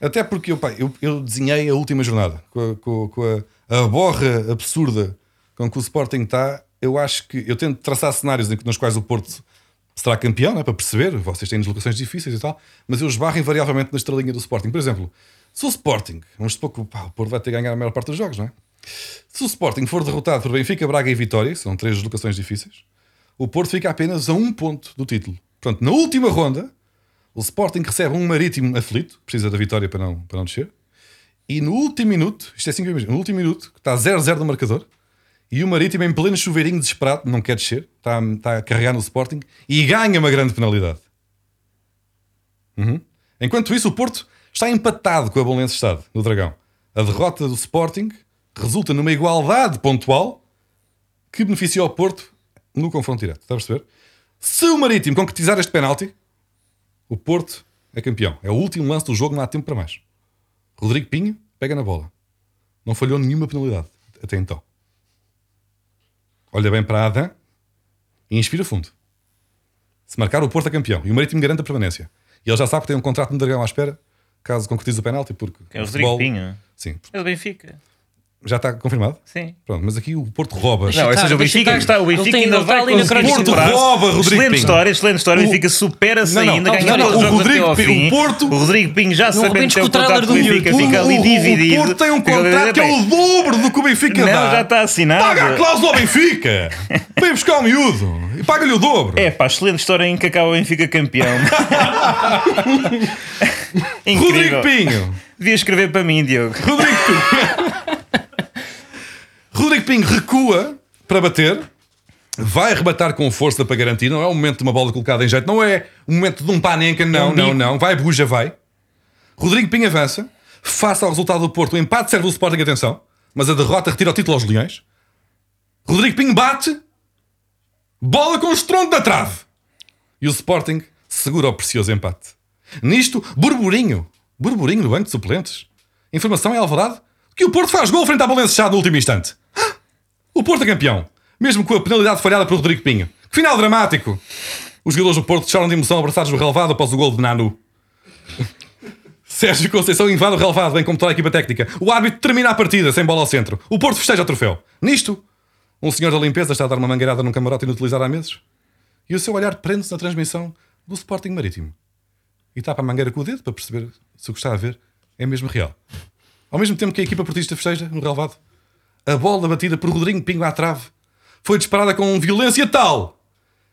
Até porque eu, pá, eu, eu desenhei a última jornada com, a, com a- com a- a borra absurda com que o Sporting está. Eu acho que eu tento traçar cenários em que- nos quais o Porto será campeão, né, para perceber. Vocês têm deslocações difíceis e tal, mas eu esbarro invariavelmente na estrelinha do Sporting. Por exemplo, se o Sporting, vamos supor que pá, o Porto vai ter que ganhar a maior parte dos jogos, não é? Se o Sporting for derrotado por Benfica, Braga e Vitória, que são três deslocações difíceis, o Porto fica apenas a um ponto do título. Portanto, na última ronda, o Sporting recebe um marítimo aflito, precisa da vitória para não, para não descer, e no último minuto, isto é 5 minutos, no último minuto, que está 0-0 no marcador, e o Marítimo em pleno chuveirinho desesperado, não quer descer, está, está a carregar no Sporting, e ganha uma grande penalidade. Uhum. Enquanto isso, o Porto está empatado com a Bolense Estado, no Dragão. A derrota do Sporting resulta numa igualdade pontual que beneficia o Porto no confronto direto. Está a perceber? Se o Marítimo concretizar este penalti, o Porto é campeão. É o último lance do jogo, não há tempo para mais. Rodrigo Pinho pega na bola. Não falhou nenhuma penalidade até então. Olha bem para Adam e inspira fundo. Se marcar, o Porto é campeão e o Marítimo garante a permanência. E ele já sabe que tem um contrato no Dragão à espera, caso concretize o penalti, porque... É o no Rodrigo futebol- Pinho. Sim. É o Benfica. Já está confirmado? Sim. Tá, Pronto, mas aqui o Porto rouba. Deixa Não, ou estar, seja, o deixa Benfica estar. está, o Ele Benfica tem- ainda ele vai está ali na conseguir crónica do superar-se. Porto rouba, Rodrigo Excelente Pinho. história, excelente história. O Benfica supera-se Não, não, ainda. não, ganha não, todos não, os o jogos até Rodrigo ao Pi- o fim. Porto- O Rodrigo Pinho já sabendo arrebentes que tem com o o trailer contrato do do Benfica. miúdo. Fica ali O- o- dividido. O Porto tem um Fica ali contrato que é o dividido. dobro do que o Benfica dá. Não, já tá está assinado. Paga a cláusula ao Benfica. Vem buscar o miúdo e paga-lhe o dobro. É pá, excelente história em que acaba o Benfica campeão. Incrível. Rodrigo Pinho. Devia escrever para mim, Diogo. Rodrigo Pinho. Rodrigo Pinho recua para bater. Vai arrebatar com força para garantir. Não é o momento de uma bola colocada em jeito. Não é o momento de um panenca. Não, não, não. Vai, buja, vai. Rodrigo Pinho avança. Face ao resultado do Porto, o empate serve o Sporting, atenção. Mas a derrota retira o título aos Leões. Rodrigo Pinho bate. Bola com estrondo na trave. E o Sporting segura o precioso empate. Nisto, burburinho. Burburinho no banco de suplentes. Informação em Alvarado que o Porto faz gol frente à Balença Chá no último instante. Ah! O Porto é campeão. Mesmo com a penalidade falhada por Rodrigo Pinho. Que final dramático. Os jogadores do Porto choram de emoção abraçados no relevado após o gol de Nanu. Sérgio Conceição invade o relevado, bem como toda a equipa técnica. O árbitro termina a partida sem bola ao centro. O Porto festeja o troféu. Nisto, um senhor da limpeza está a dar uma mangueirada num camarote inutilizado há meses e o seu olhar prende-se na transmissão do Sporting Marítimo. E tapa a mangueira com o dedo para perceber se o que está a ver é mesmo real. Ao mesmo tempo que a equipa portista festeja no relevado, a bola batida por Rodrigo Pingo à trave foi disparada com violência tal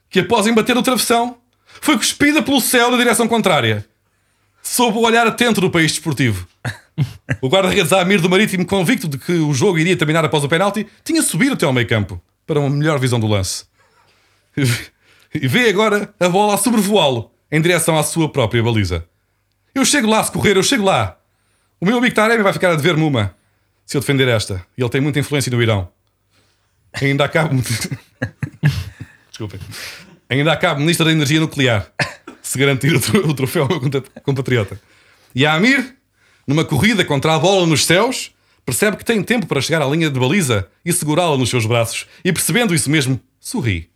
que, após embater o travessão, foi cuspida pelo céu na direção contrária, sob o olhar atento do país desportivo. O guarda-redes Amir do Marítimo, convicto de que o jogo iria terminar após o penalti, tinha subido até ao meio-campo para uma melhor visão do lance e vê agora a bola a sobrevoá-lo em direção à sua própria baliza. Eu chego lá se correr, eu chego lá. O meu amigo Taremi vai ficar a dever-me uma se eu defender esta. E ele tem muita influência no Irão. Ainda há cabo. Desculpem. Ainda há cabo ministro da Energia Nuclear se garantir o tro- o troféu ao meu conta- compatriota. E a Amir, numa corrida contra a bola nos céus, percebe que tem tempo para chegar à linha de baliza e segurá-la nos seus braços. E percebendo isso mesmo, sorri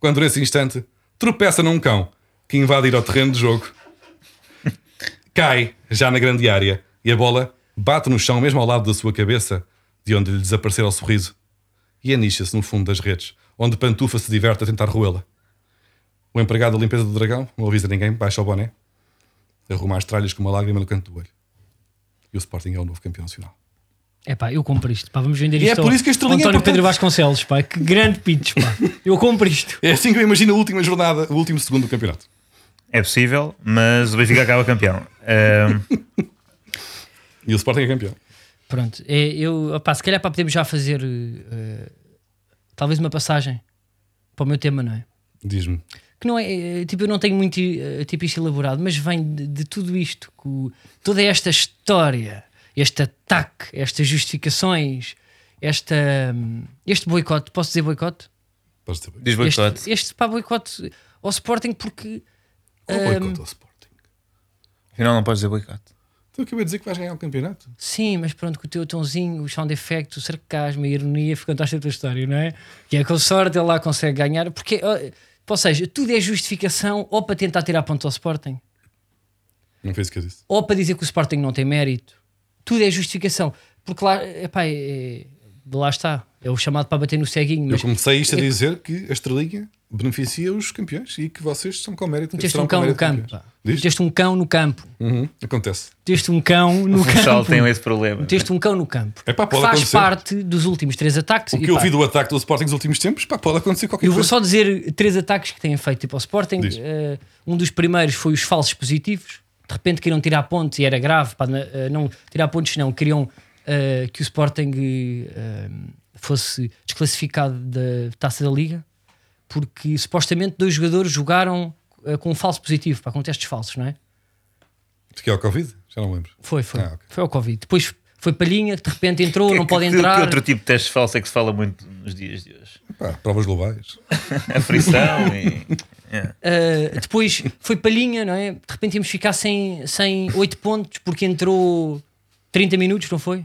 quando nesse instante tropeça num cão que invade ir ao terreno de jogo. Cai já na grande área e a bola bate no chão mesmo ao lado da sua cabeça, de onde lhe desaparecera o sorriso, e anixa-se no fundo das redes, onde Pantufa se diverte a tentar roê-la. O empregado da limpeza do dragão não avisa ninguém, baixa o boné, arruma as tralhas com uma lágrima no canto do olho. E o Sporting é o novo campeão nacional. É pá, eu compro isto. Pá, vamos vender E é isto. por ao isso que a estrelinha é António importante. Pedro Vasconcelos, pá, que grande pitch, pá. Eu compro isto. É assim que eu imagino a última jornada, o último segundo do campeonato. É possível, mas o Benfica acaba campeão. Ahm, E o Sporting é campeão. Pronto, é, eu, opá, se calhar para podemos já fazer eh, talvez uma passagem para o meu tema, não é? Diz-me. que não é, é, tipo, eu não tenho muito eh, tipo isto elaborado, mas vem de, de tudo isto, que o- toda esta história, este ataque, estas justificações, esta, hum, este boicote, posso dizer boicote? Podes dizer bem. Diz Este, boicote. este pá, boicote ao Sporting porque Qual boicote ao Sporting? Afinal, não podes dizer boicote. Tu acabei de dizer que vais ganhar o campeonato. Sim, mas pronto, com o teu tonzinho, o sound effect, o sarcasmo, a ironia, contaste a tua história, não é? Que é com sorte ele lá consegue ganhar, porque, ó, ou seja, tudo é justificação ou para tentar tirar ponto ao Sporting, Não foi isso que eu disse. ou para dizer que o Sporting não tem mérito. Tudo é justificação. Porque lá, epá, é- lá está, é o chamado para bater no ceguinho, Eu mas é comecei isto a dizer que a estrelinha beneficia os campeões e que vocês são com mérito. meteste serão um com cão no mérito campo. campeões. pá. Diz? Meteste um cão no campo. Uhum, Acontece. Meteste um cão O no Funchal campo. tem esse problema. Meteste um cão no campo. Epá, pode Faz acontecer. parte dos últimos três ataques. O e que eu pá, vi do ataque do Sporting nos últimos tempos, pá, pode acontecer qualquer Eu vou coisa. só dizer três ataques que têm feito tipo ao Sporting. Diz. Eh, um dos primeiros foi os falsos positivos. De repente queriam tirar pontos e era grave. pá, na- eh, não tirar pontos, não. Queriam eh, que o Sporting eh, fosse desclassificado da taça da Liga porque supostamente dois jogadores jogaram eh, com um falso positivo, para com testes falsos, não é? Que é o Covid? Já não lembro. Foi, foi. Ah, ok. Foi ao Covid. Depois foi Palhinha, de repente entrou, não Que- pode que- entrar. Que outro tipo de testes falsos é que se fala muito nos dias de hoje? Pá, provas globais. é A frição e. Yeah. Uh, depois foi palhinha, não é? De repente íamos ficar sem, sem 8 pontos porque entrou 30 minutos, não foi?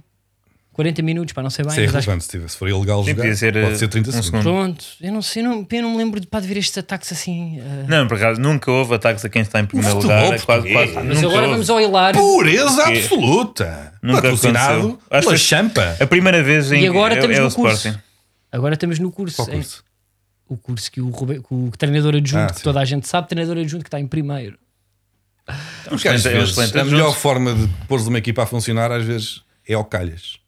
40 minutos, pá, não sei bem. Isso é mas acho que- irrelevante, se tiver. Se for ilegal Sim, jogar, podia ser, pode ser eh, 30 um segundos. segundo. Pronto, eu não sei, eu não, eu não me lembro de, pá, de ver estes ataques assim. uh, Não, por acaso, nunca houve ataques a quem está em primeiro futebol lugar. É quase, português. quase, mas nunca agora houve. vamos ao Hilário. Pureza Porquê? absoluta. Nunca Patrocinado aconteceu. Acho pela que- é champa. A primeira vez em E agora é, estamos é o no curso. Sporting. Agora estamos no curso. Qual hein? curso? O curso que o, Rube- que o treinador adjunto, Ah, que sim. toda a gente sabe, treinador adjunto que está em primeiro. Porque às excelente- é um vezes excelente a adjunto. melhor forma de pôr uma equipa a funcionar às vezes é ao calhas.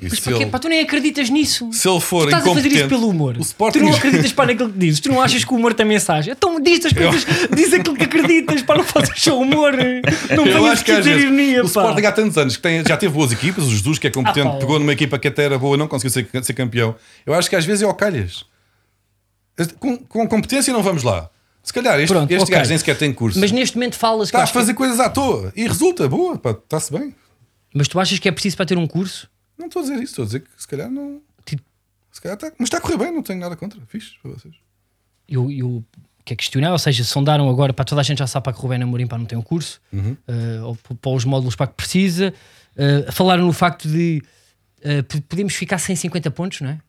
E Mas se porquê? ele, Pá, tu nem acreditas nisso. se ele Tu for estás a fazer incompetente, isso pelo humor. o Sporting Tu não acreditas para naquilo que dizes. Tu não achas que o humor tem mensagem. Então diz as coisas, diz aquilo que acreditas, para não faças só humor. Não Eu venhas acho que aqui às dizer vezes, ironia, o pá. Sporting há tantos anos que tem- já teve boas equipas, o Jesus que é competente, Ah, pá. pegou numa equipa que até era boa, não conseguiu ser, ser campeão. Eu acho que às vezes é ao calhas. Com, com competência não vamos lá. Se calhar este, Pronto, este ok. gajo nem sequer tem curso. Mas neste momento falas que Está a acho que- fazer coisas à toa e resulta, boa, pá, está-se bem. Mas tu achas que é preciso para ter um curso? Não estou a dizer isso, estou a dizer que se calhar não. Tipo- Se calhar está. Mas está a correr bem, não tenho nada contra. Fixe para vocês. Eu, eu quer questionar, ou seja, sondaram agora para toda a gente já sabe para que o Rubén Amorim para não tem um curso, Uhum. eh, ou p- para os módulos para que precisa. Eh, falaram no facto de eh, p- podemos ficar sem 50 pontos, não é?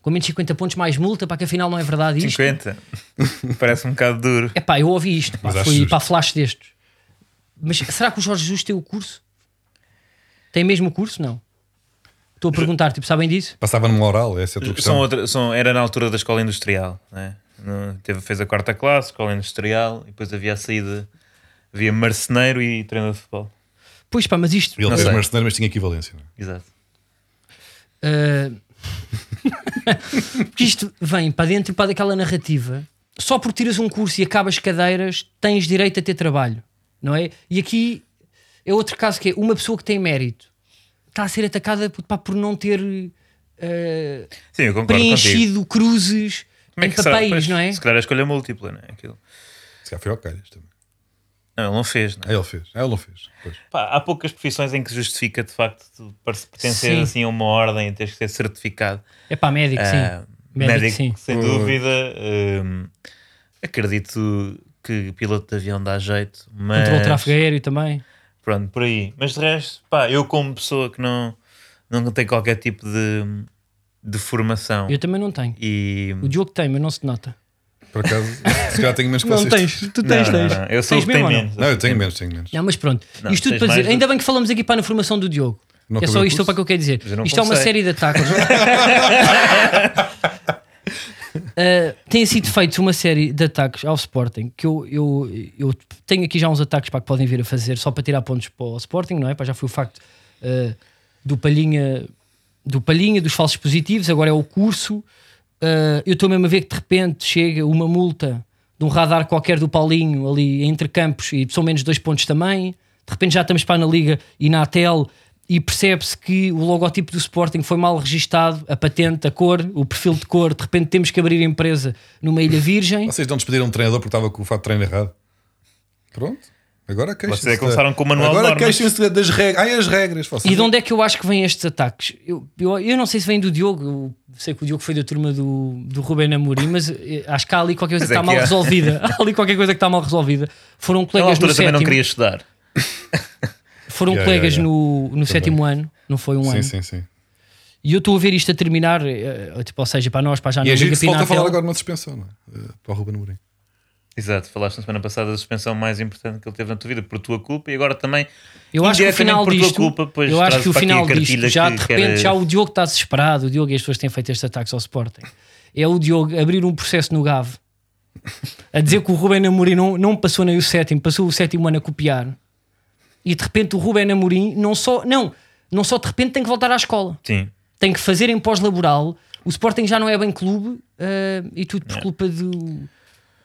Com menos 50 pontos mais multa, para que afinal não é verdade isto. 50. Parece um bocado duro. Epá, eu ouvi isto, pá, Mas acho fui justo. para flash destes. Mas será que o Jorge Jesus tem o curso? Tem mesmo o curso? Não. Estou a perguntar, tipo, sabem disso? Passava numa oral, essa é a tua São questão. outra, são, era na altura da escola industrial. Né? No- teve, fez a quarta classe, escola industrial, e depois havia a saída. Havia marceneiro e treinador de futebol. Pois pá, mas isto. Ele Não fez sei. mercenário, mas tinha equivalência. Não é? Exato. ah, Porque isto vem para dentro para daquela narrativa. Só por tiras um curso e acabas cadeiras, tens direito a ter trabalho, não é? E aqui é outro caso que é uma pessoa que tem mérito está a ser atacada por, pá, por não ter ah, Sim, eu concordo contigo. preenchido cruzes Como é em que será? papéis, Pois, não é? Se calhar a escolha múltipla, não é? Aquilo. Se calhar foi ao calhas também. Não, ele não fez, não é? Ah, ele fez. Ah, ele não fez. Pois. Pá, há poucas profissões em que se justifica de facto tu perce- pertencer Sim. assim a uma ordem e teres que ser certificado. É pá, médico, Ah, sim. Médico, sim. sem dúvida. hum, acredito que piloto de avião dá jeito, mas Controle de tráfego aéreo também. pronto, por aí. Mas de resto, pá, eu como pessoa que não, não tem qualquer tipo de, de formação Eu também não tenho. e O Diogo tem, mas não se nota. Por acaso, se calhar tenho menos que vocês. tu não, não, não, eu sou o que tem mesmo ou não? menos. Não, eu tenho menos, tenho menos. Não, mas pronto. Não, isto tudo tens para dizer. mais do- Ainda bem que falamos aqui para na formação do Diogo. Não é acabei só o isto curso? para que eu quero dizer. eu não Isto é uma comecei. série de ataques. Uh, tem sido feito uma série de ataques ao Sporting que eu, eu, eu tenho aqui já uns ataques para que podem vir a fazer só para tirar pontos para o Sporting, não é? Pá, já foi o facto uh, do Palhinha do Palhinha, dos falsos positivos, agora é o curso. Uh, eu estou mesmo a ver que de repente chega uma multa de um radar qualquer do Paulinho ali entre campos e são menos dois pontos também. De repente já estamos para na Liga e na Atel e percebe-se que o logotipo do Sporting foi mal registado, a patente, a cor, o perfil de cor. De repente temos que abrir a empresa numa ilha virgem. Vocês não despediram um treinador porque estava com o fato de treino errado. Pronto. Agora queixem-se. Vocês da- começaram com o manual de Agora normas. queixem-se das regras. Ai, as regras. vocês- E de onde é que eu acho que vêm estes ataques? Eu, eu, eu não sei se vem do Diogo, eu sei que o Diogo foi da turma do, do Rubén Amorim, mas eh, acho que há ali qualquer coisa que Mas está é que mal há. resolvida. Há ali qualquer coisa que está mal resolvida. Foram Na colegas no altura também não sétimo, queria estudar. foram Yeah, colegas yeah, no, no sétimo ano, não foi um Sim, ano. sim, sim. E eu estou a ver isto a terminar, eh, eh, tipo, ou seja, para nós, para já E não a gente liga se falta Pinatel. falar agora uma suspensão, não é? Eh, Para o Ruben Mourinho. Exato, falaste na semana passada da suspensão mais importante que ele teve na tua vida por tua culpa e agora também Eu acho que o indiretamente final por tua disto, culpa, pois eu acho trazes que o para aqui a final disto, cartilha já que de repente, quer- já o Diogo está desesperado, o Diogo e as pessoas têm feito estes ataques ao Sporting. É o Diogo abrir um processo no GAV a dizer que o Rubén Amorim não, não passou nem o sétimo, passou o sétimo ano a copiar. E de repente o Rubén Amorim não só, não, não só de repente tem que voltar à escola, sim, tem que fazer em pós-laboral. O Sporting já não é bem clube eh, e tudo por culpa do.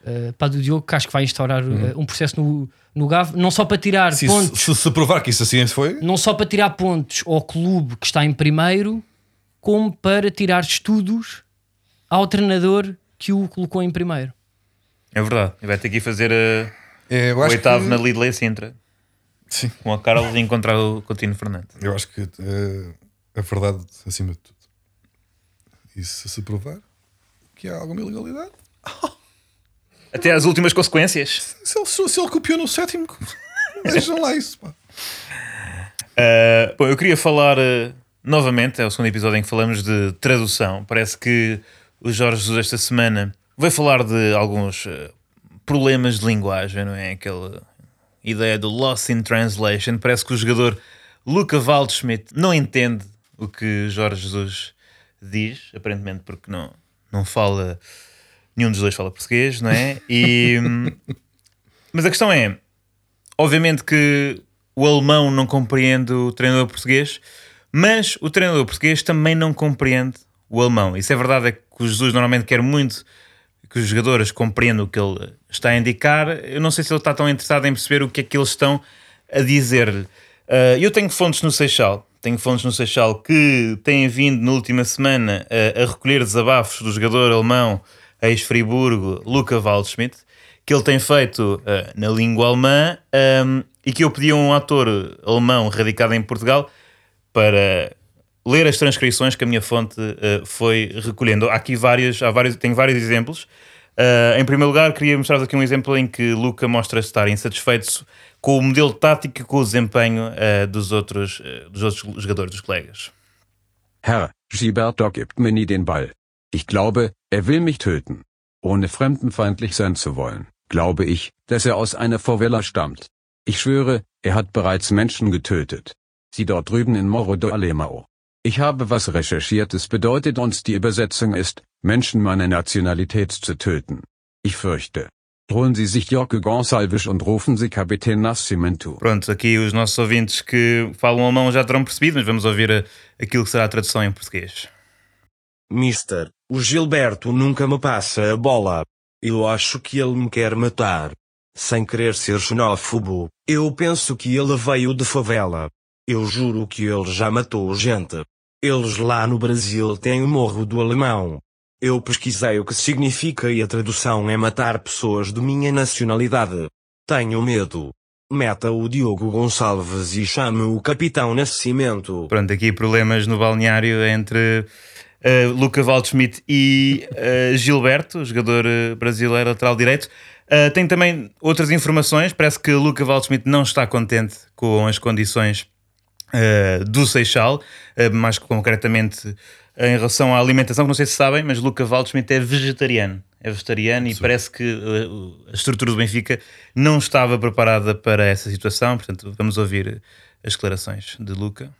eh, pá, do Diogo, que acho que vai instaurar eh, um processo no, no GAV, não só para tirar Se, pontos se, se provar que isso assim foi, não só para tirar pontos ao clube que está em primeiro, como para tirar estudos ao treinador que o colocou em primeiro. é verdade. E vai ter que ir fazer eh, é, eu o acho oitavo que, na Lidl e Sintra Sim. com a Carlos e encontrar o Coutinho Fernandes. Eu acho que eh, a verdade acima de tudo. E se se provar que há alguma ilegalidade, Até às últimas consequências. se ele, se ele copiou no sétimo, vejam lá isso. Pá. Uh, bom, eu queria falar uh, novamente, é o segundo episódio em que falamos de tradução. Parece que o Jorge Jesus esta semana vai falar de alguns uh, problemas de linguagem, não é? Aquela ideia do loss in translation. Parece que o jogador Luca Waldschmidt não entende o que Jorge Jesus diz, aparentemente porque não, não fala... Nenhum dos dois fala português, não é? E, hum, mas a questão é... Obviamente que o alemão não compreende o treinador português, mas o treinador português também não compreende o alemão. Isso é verdade, é que o Jesus normalmente quer muito que os jogadores compreendam o que ele está a indicar. Eu não sei se ele está tão interessado em perceber o que é que eles estão a dizer-lhe. Ah, eu tenho fontes no Seixal, tenho fontes no Seixal que têm vindo na última semana a, a recolher desabafos do jogador alemão ex-Friburgo, Luca Waldschmidt que ele tem feito eh, na língua alemã ehm, e que eu pedi a um ator alemão radicado em Portugal para ler as transcrições que a minha fonte eh, foi recolhendo. Há aqui várias, há vários, tenho vários exemplos. Eh, em primeiro lugar, queria mostrar-vos aqui um exemplo em que Luca mostra estar insatisfeito com o modelo tático e com o desempenho eh, dos, outros, eh, dos outros jogadores, dos colegas. Herr, Gilberto gibt mir nie den Ball. Ich glaube, er will mich töten. Ohne fremdenfeindlich sein zu wollen, glaube ich, dass er aus einer Favela stammt. Ich schwöre, er hat bereits Menschen getötet. Sie dort drüben in Morro do Alemão. Ich habe was recherchiert, es bedeutet uns die Übersetzung ist, Menschen meiner Nationalität zu töten. Ich fürchte. Holen Sie sich Jorge Gonsalves und rufen Sie Kapitän Nascimento. Pronto, aqui os nossos ouvintes que falam alemão já terão percebido, mas vamos ouvir a- aquilo que será a tradução em português. Mister, o Gilberto nunca me passa a bola. Eu acho que ele me quer matar. Sem querer ser xenófobo, eu penso que ele veio de favela. Eu juro que ele já matou gente. Eles lá no Brasil têm o Morro do Alemão. Eu pesquisei o que significa e a tradução é matar pessoas de minha nacionalidade. Tenho medo. Meta o Diogo Gonçalves e chame o Capitão Nascimento. Pronto, aqui problemas no balneário entre eh, Luca Waldschmidt e eh, Gilberto, jogador eh, brasileiro lateral direito. Eh, tem também outras informações. Parece que Luca Waldschmidt não está contente com as condições eh, do Seixal, eh, mais concretamente em relação à alimentação, que não sei se sabem, mas Luca Waldschmidt é vegetariano. É vegetariano e parece que eh, o- a estrutura do Benfica não estava preparada para essa situação. Portanto, vamos ouvir as declarações de Luca.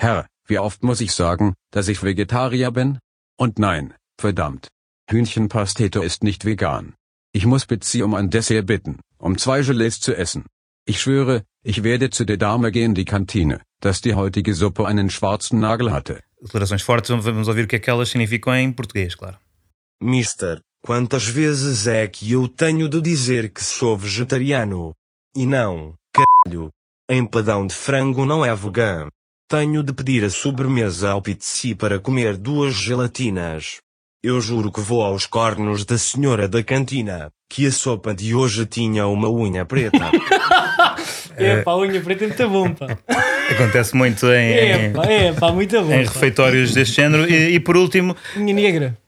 Herr, wie oft muss ich sagen, dass ich Vegetarier bin? Und nein, verdammt. Hühnchenpastete ist nicht vegan. Ich muss Betsy um ein Dessert bitten, um zwei Gelees zu essen. Ich schwöre, ich werde zu der Dame gehen, die Kantine, dass die heutige Suppe einen schwarzen Nagel hatte. declarações fortes, vamos ouvir o que é que elas significam em português, claro. Mister, quantas vezes é que eu tenho de dizer que sou vegetariano? E não, caralho. Empadão de frango não é vegan. Tenho de pedir a sobremesa ao Pizzi para comer duas gelatinas. Eu juro que vou aos cornos da senhora da cantina, que a sopa de hoje tinha uma unha preta. É pá, a unha preta é muito bom, pá. Acontece muito em, É em- pá, é pá, muito bom. em pá. refeitórios deste género. E, e por último, Unha negra.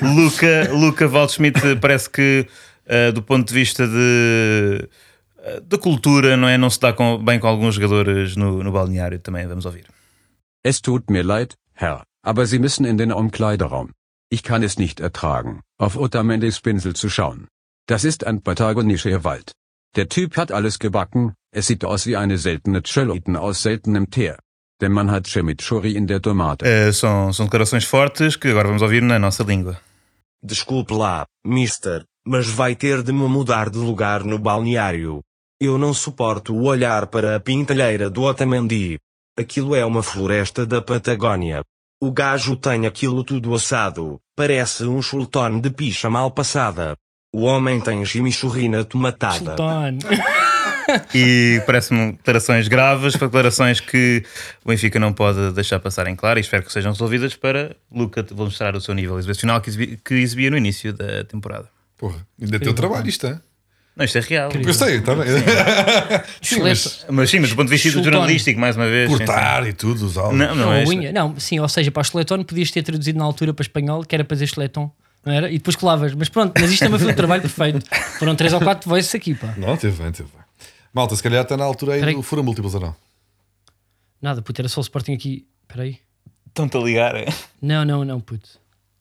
Luca, Luca Waldschmidt parece que, eh, do ponto de vista de, eh, da cultura, não, é? não se dá com- bem com alguns jogadores no, no balneário também. Vamos ouvir. Es tut mir leid, Herr, aber Sie müssen in den Umkleideraum. Ich kann es nicht ertragen, auf Otamendes Pinsel zu schauen. Das ist ein patagonischer Wald. Der Typ hat alles gebacken, es sieht aus wie eine seltene Cheloten aus seltenem Teer. Der Mann hat Chimichurri in der Tomate. Eh, são, são declarações fortes que agora vamos ouvir na nossa língua. Desculpe lá, mister, mas vai ter de me mudar de lugar no balneário. Eu não suporto o olhar para a pintalheira do Otamendi. Aquilo é uma floresta da Patagónia. O gajo tem aquilo tudo assado, parece um chultone de picha mal passada. O homem tem chimichurrina tomatada. Sultano. E parece-me declarações graves, declarações que o Benfica não pode deixar passar em claro e espero que sejam resolvidas para Luca te- vou mostrar o seu nível exibicional que exibi- que exibia no início da temporada. Porra, ainda é teu trabalho isto, é? Não, isto é real. Eu sei, está bem. Sim, mas Excelente. Mas sim, mas do ponto de vista do Sultano. jornalístico, mais uma vez. sim, sim. cortar e tudo, os áudios. Não, não, Não, é a isto. unha. Não, sim, ou seja, para o esqueleton podias ter traduzido na altura para espanhol, que era para dizer esqueleton, não era? E depois colavas. Mas pronto, mas isto também foi um trabalho perfeito. Foram 3 ou 4 voices aqui, pá. Não, teve bem, teve bem. Malta, se calhar está na altura aí Peraí. do Fura Múltiplos ou não? Nada, puto, era só o Sporting aqui. Espera aí. Estão-te a ligar. é? Não, não, não, puto.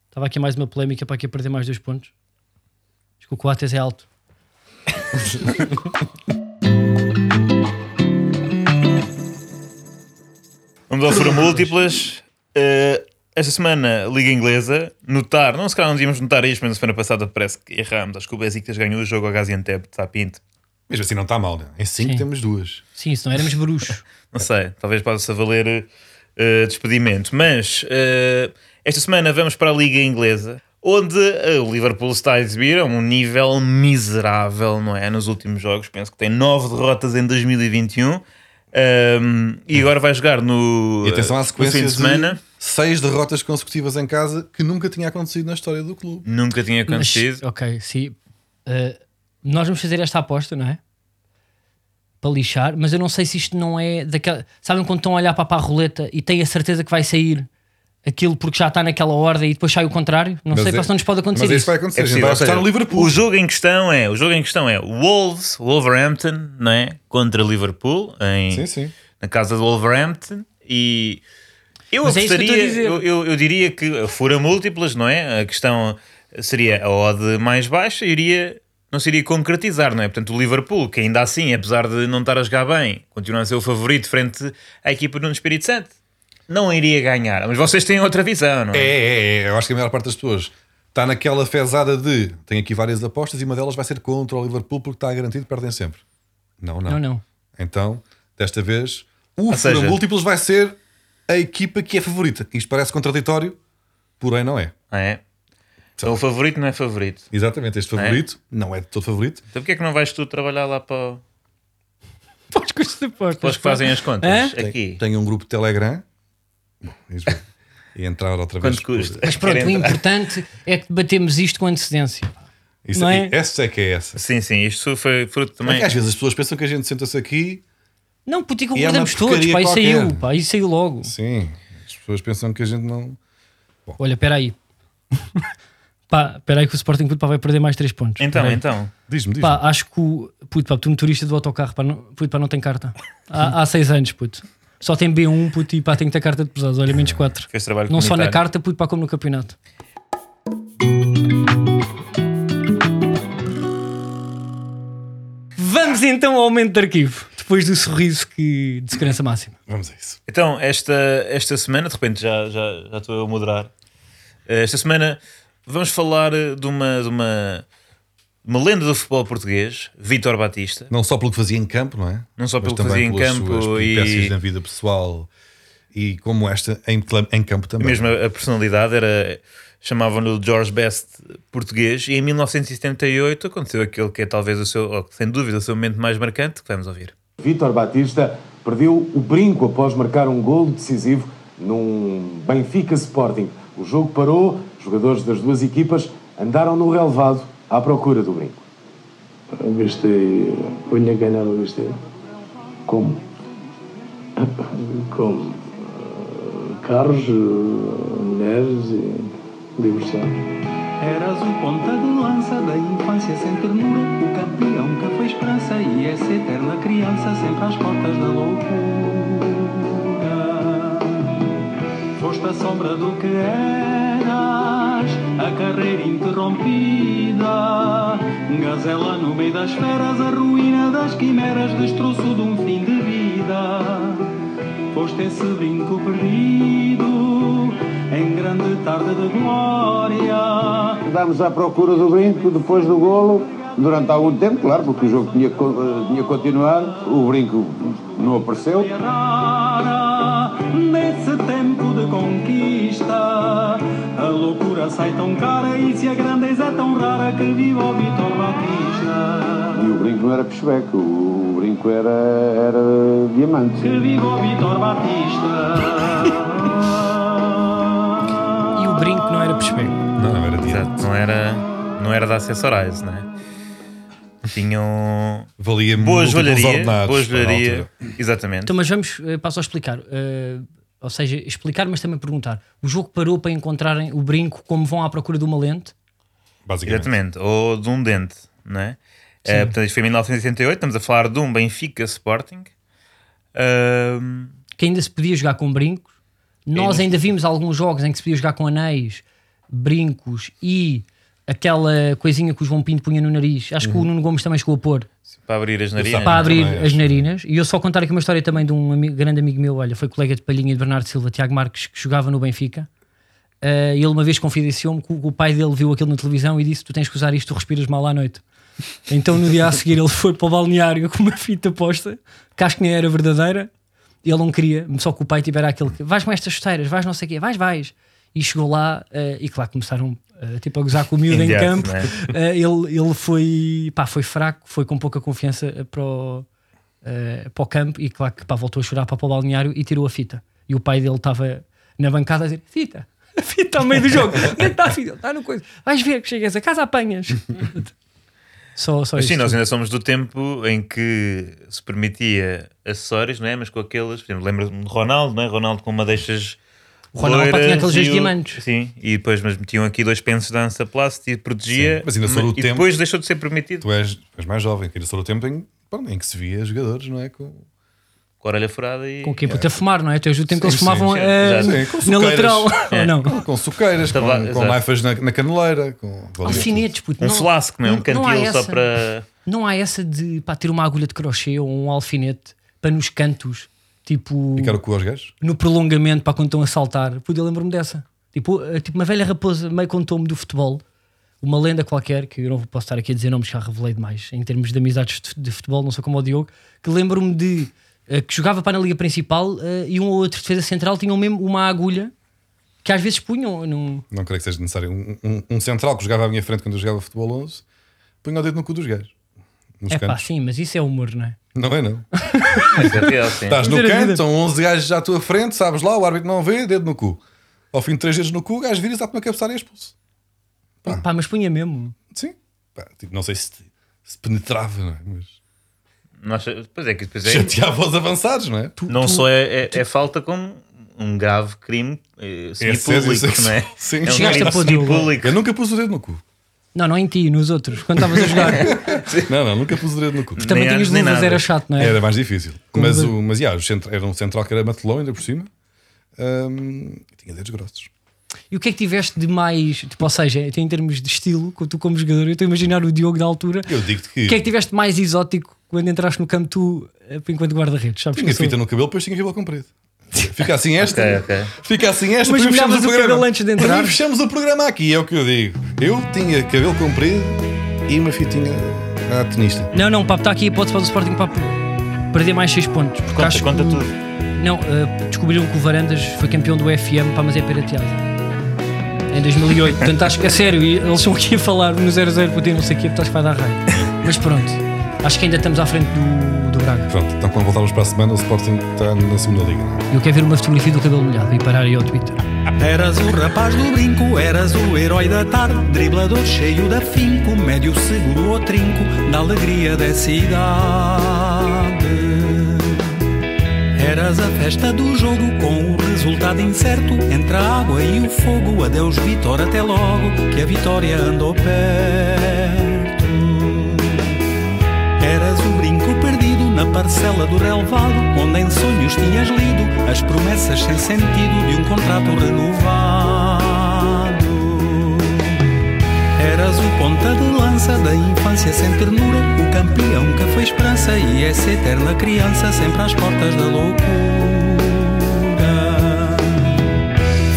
Estava aqui mais uma polémica para aqui a perder mais dois pontos. Acho que o Coates é alto. Vamos ao Fura Múltiplas. Eh, esta semana, Liga Inglesa, notar, não se calhar não íamos notar isto, mas na semana passada parece que erramos. Acho que o Besiktas ganhou o jogo ao Gaziantep de Sapinto. Mesmo assim não está mal, né? Em 5 Sim. temos duas. Sim, se não éramos bruxo. Não sei, talvez possa valer eh, despedimento. Mas eh, esta semana vamos para a Liga Inglesa, onde eh, o Liverpool está a exibir a um nível miserável, não é? Nos últimos jogos, penso que tem nove derrotas em 2021. ehm, um. e agora vai jogar no, E atenção à eh, no sequência fim de de, semana. seis derrotas consecutivas em casa que nunca tinha acontecido na história do clube. Nunca tinha Mas, acontecido. ok, sim. Eh, nós vamos fazer esta aposta, não é? Para lixar, mas eu não sei se isto não é daquela. Sabem quando estão a olhar para, para a roleta e têm a certeza que vai sair aquilo porque já está naquela ordem e depois sai o contrário? Não Mas sei, é- parece que não nos pode acontecer Mas é isso que isso. vai acontecer. É a gente possível, vai ou seja, apostar no Liverpool. O jogo em questão é, o jogo em questão é Wolves, Wolverhampton, não é? Contra Liverpool em Sim, sim. na casa do Wolverhampton e eu Mas é isso que eu apostaria, estou a dizer. eu, eu- eu diria que fura múltiplas, não é? A questão seria a odd mais baixa, iria não seria concretizar, não é? Portanto, o Liverpool, que ainda assim, apesar de não estar a jogar bem, continua a ser o favorito frente à equipa do Nuno Espírito Santo, não iria ganhar. Mas vocês têm outra visão, não É, é? é, é. Eu acho que a maior parte das pessoas está naquela fezada de tem aqui várias apostas e uma delas vai ser contra o Liverpool porque está garantido, perdem sempre. Não, não. Não, não. Então, desta vez, o seja- Fura Múltiplos vai ser a equipa que é favorita. Isto parece contraditório, porém não é. Não é? Então, o favorito não é favorito. Exatamente, este é? favorito não é de todo favorito. Então porquê é que não vais tu trabalhar lá para, Para os custos de apostas. para os que fazem as contas? Hã? Aqui. Tem um grupo de Telegram. Bom, isso- e entrar outra vez. Quanto custa? Mas pronto, o Querem- importante é que debatemos isto com antecedência. Isso, Não é? é? Essa é que é essa. Sim, sim, isto foi fruto É também. que às vezes as pessoas pensam que a gente senta-se aqui. Não, puto, e E é uma concordamos todos, pá, porcaria e saiu, qualquer. pá, e saiu logo. Sim. As pessoas pensam que a gente não. Olha, espera aí. pá, espera aí que o Sporting Clube pá, vai perder mais 3 pontos. Então, Espera aí. então. Diz-me, diz-me. Pá, acho que o. Puto, pá, tu motorista do autocarro, pá, não, puto, pá, não tem carta. Há, há seis anos, puto. Só tem B1, puto, e pá, tem que ter carta de pesados. Olha, menos 4. Fez é trabalho Não só na comunitário. carta, puto, pá, como no campeonato. Vamos então ao aumento de arquivo. Depois do sorriso que de segurança máxima. Vamos a isso. Então, esta, esta semana, de repente já, já, já estou eu a moderar. Eh, Esta semana vamos falar eh, de uma, de uma, uma lenda do futebol português, Vítor Batista. Não só pelo que fazia em campo, não é? Não só Mas pelo que também fazia em pelas campo suas e- peripécias na vida pessoal e como esta em, clam- em campo também. Mesmo a, a personalidade era. Chamavam-no George Best português. E em 1978 aconteceu aquele que é talvez o seu, ou, sem dúvida, o seu momento mais marcante, que vamos ouvir. Vítor Batista perdeu o brinco após marcar um golo decisivo num Benfica Sporting. O jogo parou, os jogadores das duas equipas andaram no relevado à procura do brinco. Eu gastei. O dinheiro ganhado eu gastei. Como? Como? eh, Carros, eh, mulheres e diversão. Eras o ponta de lança da infância sem ternura, o campeão que foi esperança e essa eterna criança sempre às portas da loucura. Foste a sombra do que eras, a carreira interrompida, gazela no meio das feras, a ruína das quimeras, destroço de um fim de vida. Foste esse brinco perdido Em grande tarde de glória Andámos à procura do brinco depois do golo, durante algum tempo, claro, porque o jogo tinha, que con- eh, tinha que continuar, o brinco não apareceu. rara Nesse tempo de conquista A loucura sai tão cara E se a grandeza é tão rara Que viva o Vitor Batista E o brinco não era peixebeco, o brinco era, era diamante. Que viva o Vitor Batista E o brinco não era perceber. Não, não era dinheiro. Exato, não era, não era de acessorize, não é? Tinham Valia boa múltiplos joalharia, ordenados boa para a joalharia, altura. exatamente. Então, mas vamos, eh, passo a explicar. Eh, ou seja, explicar, mas também perguntar. O jogo parou para encontrarem o brinco como vão à procura de uma lente? Basicamente. Exatamente, ou de um dente, não é? Eh, portanto, isto foi em 1988, estamos a falar de um Benfica Sporting. Ahm, Que ainda se podia jogar com brincos. Nós ainda vimos alguns jogos em que se podia jogar com anéis, brincos e aquela coisinha que o João Pinto punha no nariz. Acho que o Nuno Gomes também chegou a pôr. para abrir as narinas. para abrir Uhum. É, também, as acho. narinas. E eu só contar aqui uma história também de um ami- grande amigo meu, olha, foi colega de Palhinha de Bernardo Silva, Tiago Marques, que jogava no Benfica. Eh, ele uma vez confidenciou-me que o o pai dele viu aquilo na televisão e disse: Tu tens que usar isto, tu respiras mal à noite. Então no dia a seguir ele foi para o balneário com uma fita posta, que acho que nem era verdadeira. Ele não queria, só que o pai tivera aquele que vais com estas chuteiras, vais não sei o quê, vais, vais. E chegou lá eh, e, claro, começaram eh, tipo a gozar com o miúdo em Imediato, campo. não é? Eh, ele, ele foi, pá, foi fraco, foi com pouca confiança eh, para o, eh, para o campo e, claro, que pá, voltou a chorar para, para o balneário e tirou a fita. E o pai dele estava na bancada a dizer: Fita, a fita ao meio do jogo, onde é que está a fita? Está no coisa, vais ver que chegas a casa, apanhas. só, só Mas sim, isso. nós ainda somos do tempo em que se permitia acessórios, não é? Mas com aqueles, por exemplo, lembro-me de Ronaldo, não é? Ronaldo com uma deixas. Ronaldo, pá, loiras tinha aqueles dois e o- diamantes. Sim, e depois mas metiam aqui dois pensos de dança plástica e protegia. Sim, mas ainda sobre o e tempo- depois deixou de ser permitido. Tu és, és mais jovem, que ainda sou do tempo em, pronto, em que se via jogadores, não é? Com, Com a orelha furada e. Com o quê? Puta, fumar, não é? Até hoje o tempo que eles Sim, fumavam sim, É. eh, exato. Sim, com na suqueiras. lateral. Ou não? com suqueiras, com, Tava- com exato. naifas na, na caneleira, com valia Alfinetes, puto. Um não- flasco, não é? Um não- não há cantil só essa. para. Não há essa de pá, ter uma agulha de crochê ou um alfinete para nos cantos, tipo tudo. Ficar o cu aos gajos. no prolongamento para quando estão a saltar. Pude, eu lembro-me dessa. Tipo, eh, tipo uma velha raposa meio contou-me do futebol, uma lenda qualquer, que eu não posso estar aqui a dizer nomes, já revelei demais, em termos de amizades de- de futebol, não sou como o Diogo, que lembro-me de eh, que jogava para na Liga Principal eh, e um ou outro defesa central tinham mesmo uma agulha que às vezes punham num. Não creio que seja necessário. Um, um- um central que jogava à minha frente quando eu jogava futebol 11, punha o dedo no cu dos gajos. Nos É pá, cantos. sim, mas isso é humor, não é? Não é, não. Mas é real, sim. Estás no Ver a canto, vida. são 11 gajos à tua frente, sabes lá, o árbitro não vê, dedo no cu. Ao fim de 3 dedos no cu, o gajo vira-se, dá-te uma cabeçada e é expulso. Ah. Pá, mas punha mesmo. Sim. Pá, tipo, não sei se, se penetrava, não é? Mas Nós- Pois é que depois é. chateava os avançados, não é? Não só é, é- é falta como um grave crime eh, isso, semi-público, isso. não é? Sim. é um Chegaste crime a pôr de olho. semi-público. Eu nunca pus o dedo no cu. Não, não em ti, nos outros, quando estavas a jogar. Não, não, nunca pus o dedo no cu. Também Nem tinhas antes, nem luvas, nada. era chato, não é? Era mais difícil. Mas, o, mas yeah, o centro, era um central que era matelão, ainda por cima. Hum, e tinha dedos grossos. E o que é que tiveste de mais, tipo, ou seja, em termos de estilo, com tu como jogador, eu estou a imaginar o Diogo da altura. Eu digo-te que, O que é que tiveste de mais exótico quando entraste no campo tu, eh, enquanto guarda-redes? Sabes que tinha eu sou- fita no cabelo, depois tinha cabelo comprido. Fica assim esta. Ok, ok. Fica assim esta. Mas primeiro molhavas fechamos o cabelo antes de entrar? Primeiro fechamos o programa aqui, é o que eu digo. Eu tinha cabelo comprido e uma fitinha à tenista. Não, não, papo, está aqui a hipótese para o Sporting para perder mais 6 pontos. Porque Conta, acho conta que o- tudo. Não, eh, descobriram que o Varandas foi campeão do FM, pá, mas é pirateado. Em 2008, portanto acho que é sério, e eles estão aqui a falar no 00 para não sei o quê, portanto acho que vai dar raio. Mas pronto, acho que ainda estamos à frente do, do Braga. Pronto, então quando voltarmos para a semana, o Sporting está na segunda liga. Eu quero ver uma fotografia do cabelo molhado e parar aí ao Twitter. Eras o rapaz do brinco, eras o herói da tarde, driblador cheio de afinco, médio seguro ao trinco, da alegria dessa idade. Eras a festa do jogo com o resultado incerto Entre a água e o fogo, adeus Vitória, até logo Que a vitória andou perto Eras o brinco perdido na parcela do relevado Onde em sonhos tinhas lido as promessas sem sentido De um contrato renovado Eras o ponta de lança da infância sem ternura O campeão que foi esperança e essa eterna criança Sempre às portas da loucura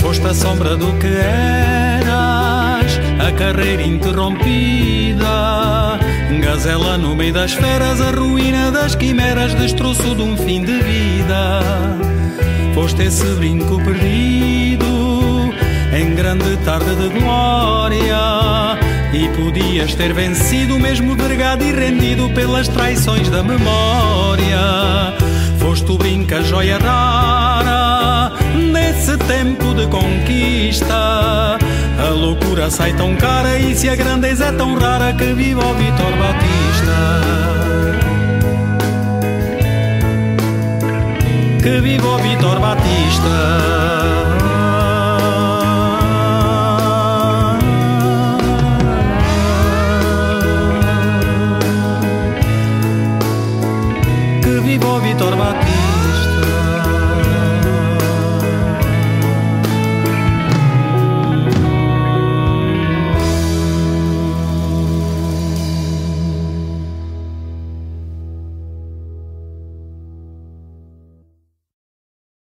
Foste a sombra do que eras A carreira interrompida Gazela no meio das feras A ruína das quimeras Destroço de um fim de vida Foste esse brinco perdido em grande tarde de glória. E podias ter vencido, mesmo vergado e rendido pelas traições da memória. Foste o brinca joia rara nesse tempo de conquista. A loucura sai tão cara e se a grandeza é tão rara que viva o Vitor Batista. Que viva o Vitor Batista. Que viva o Vitor Batista.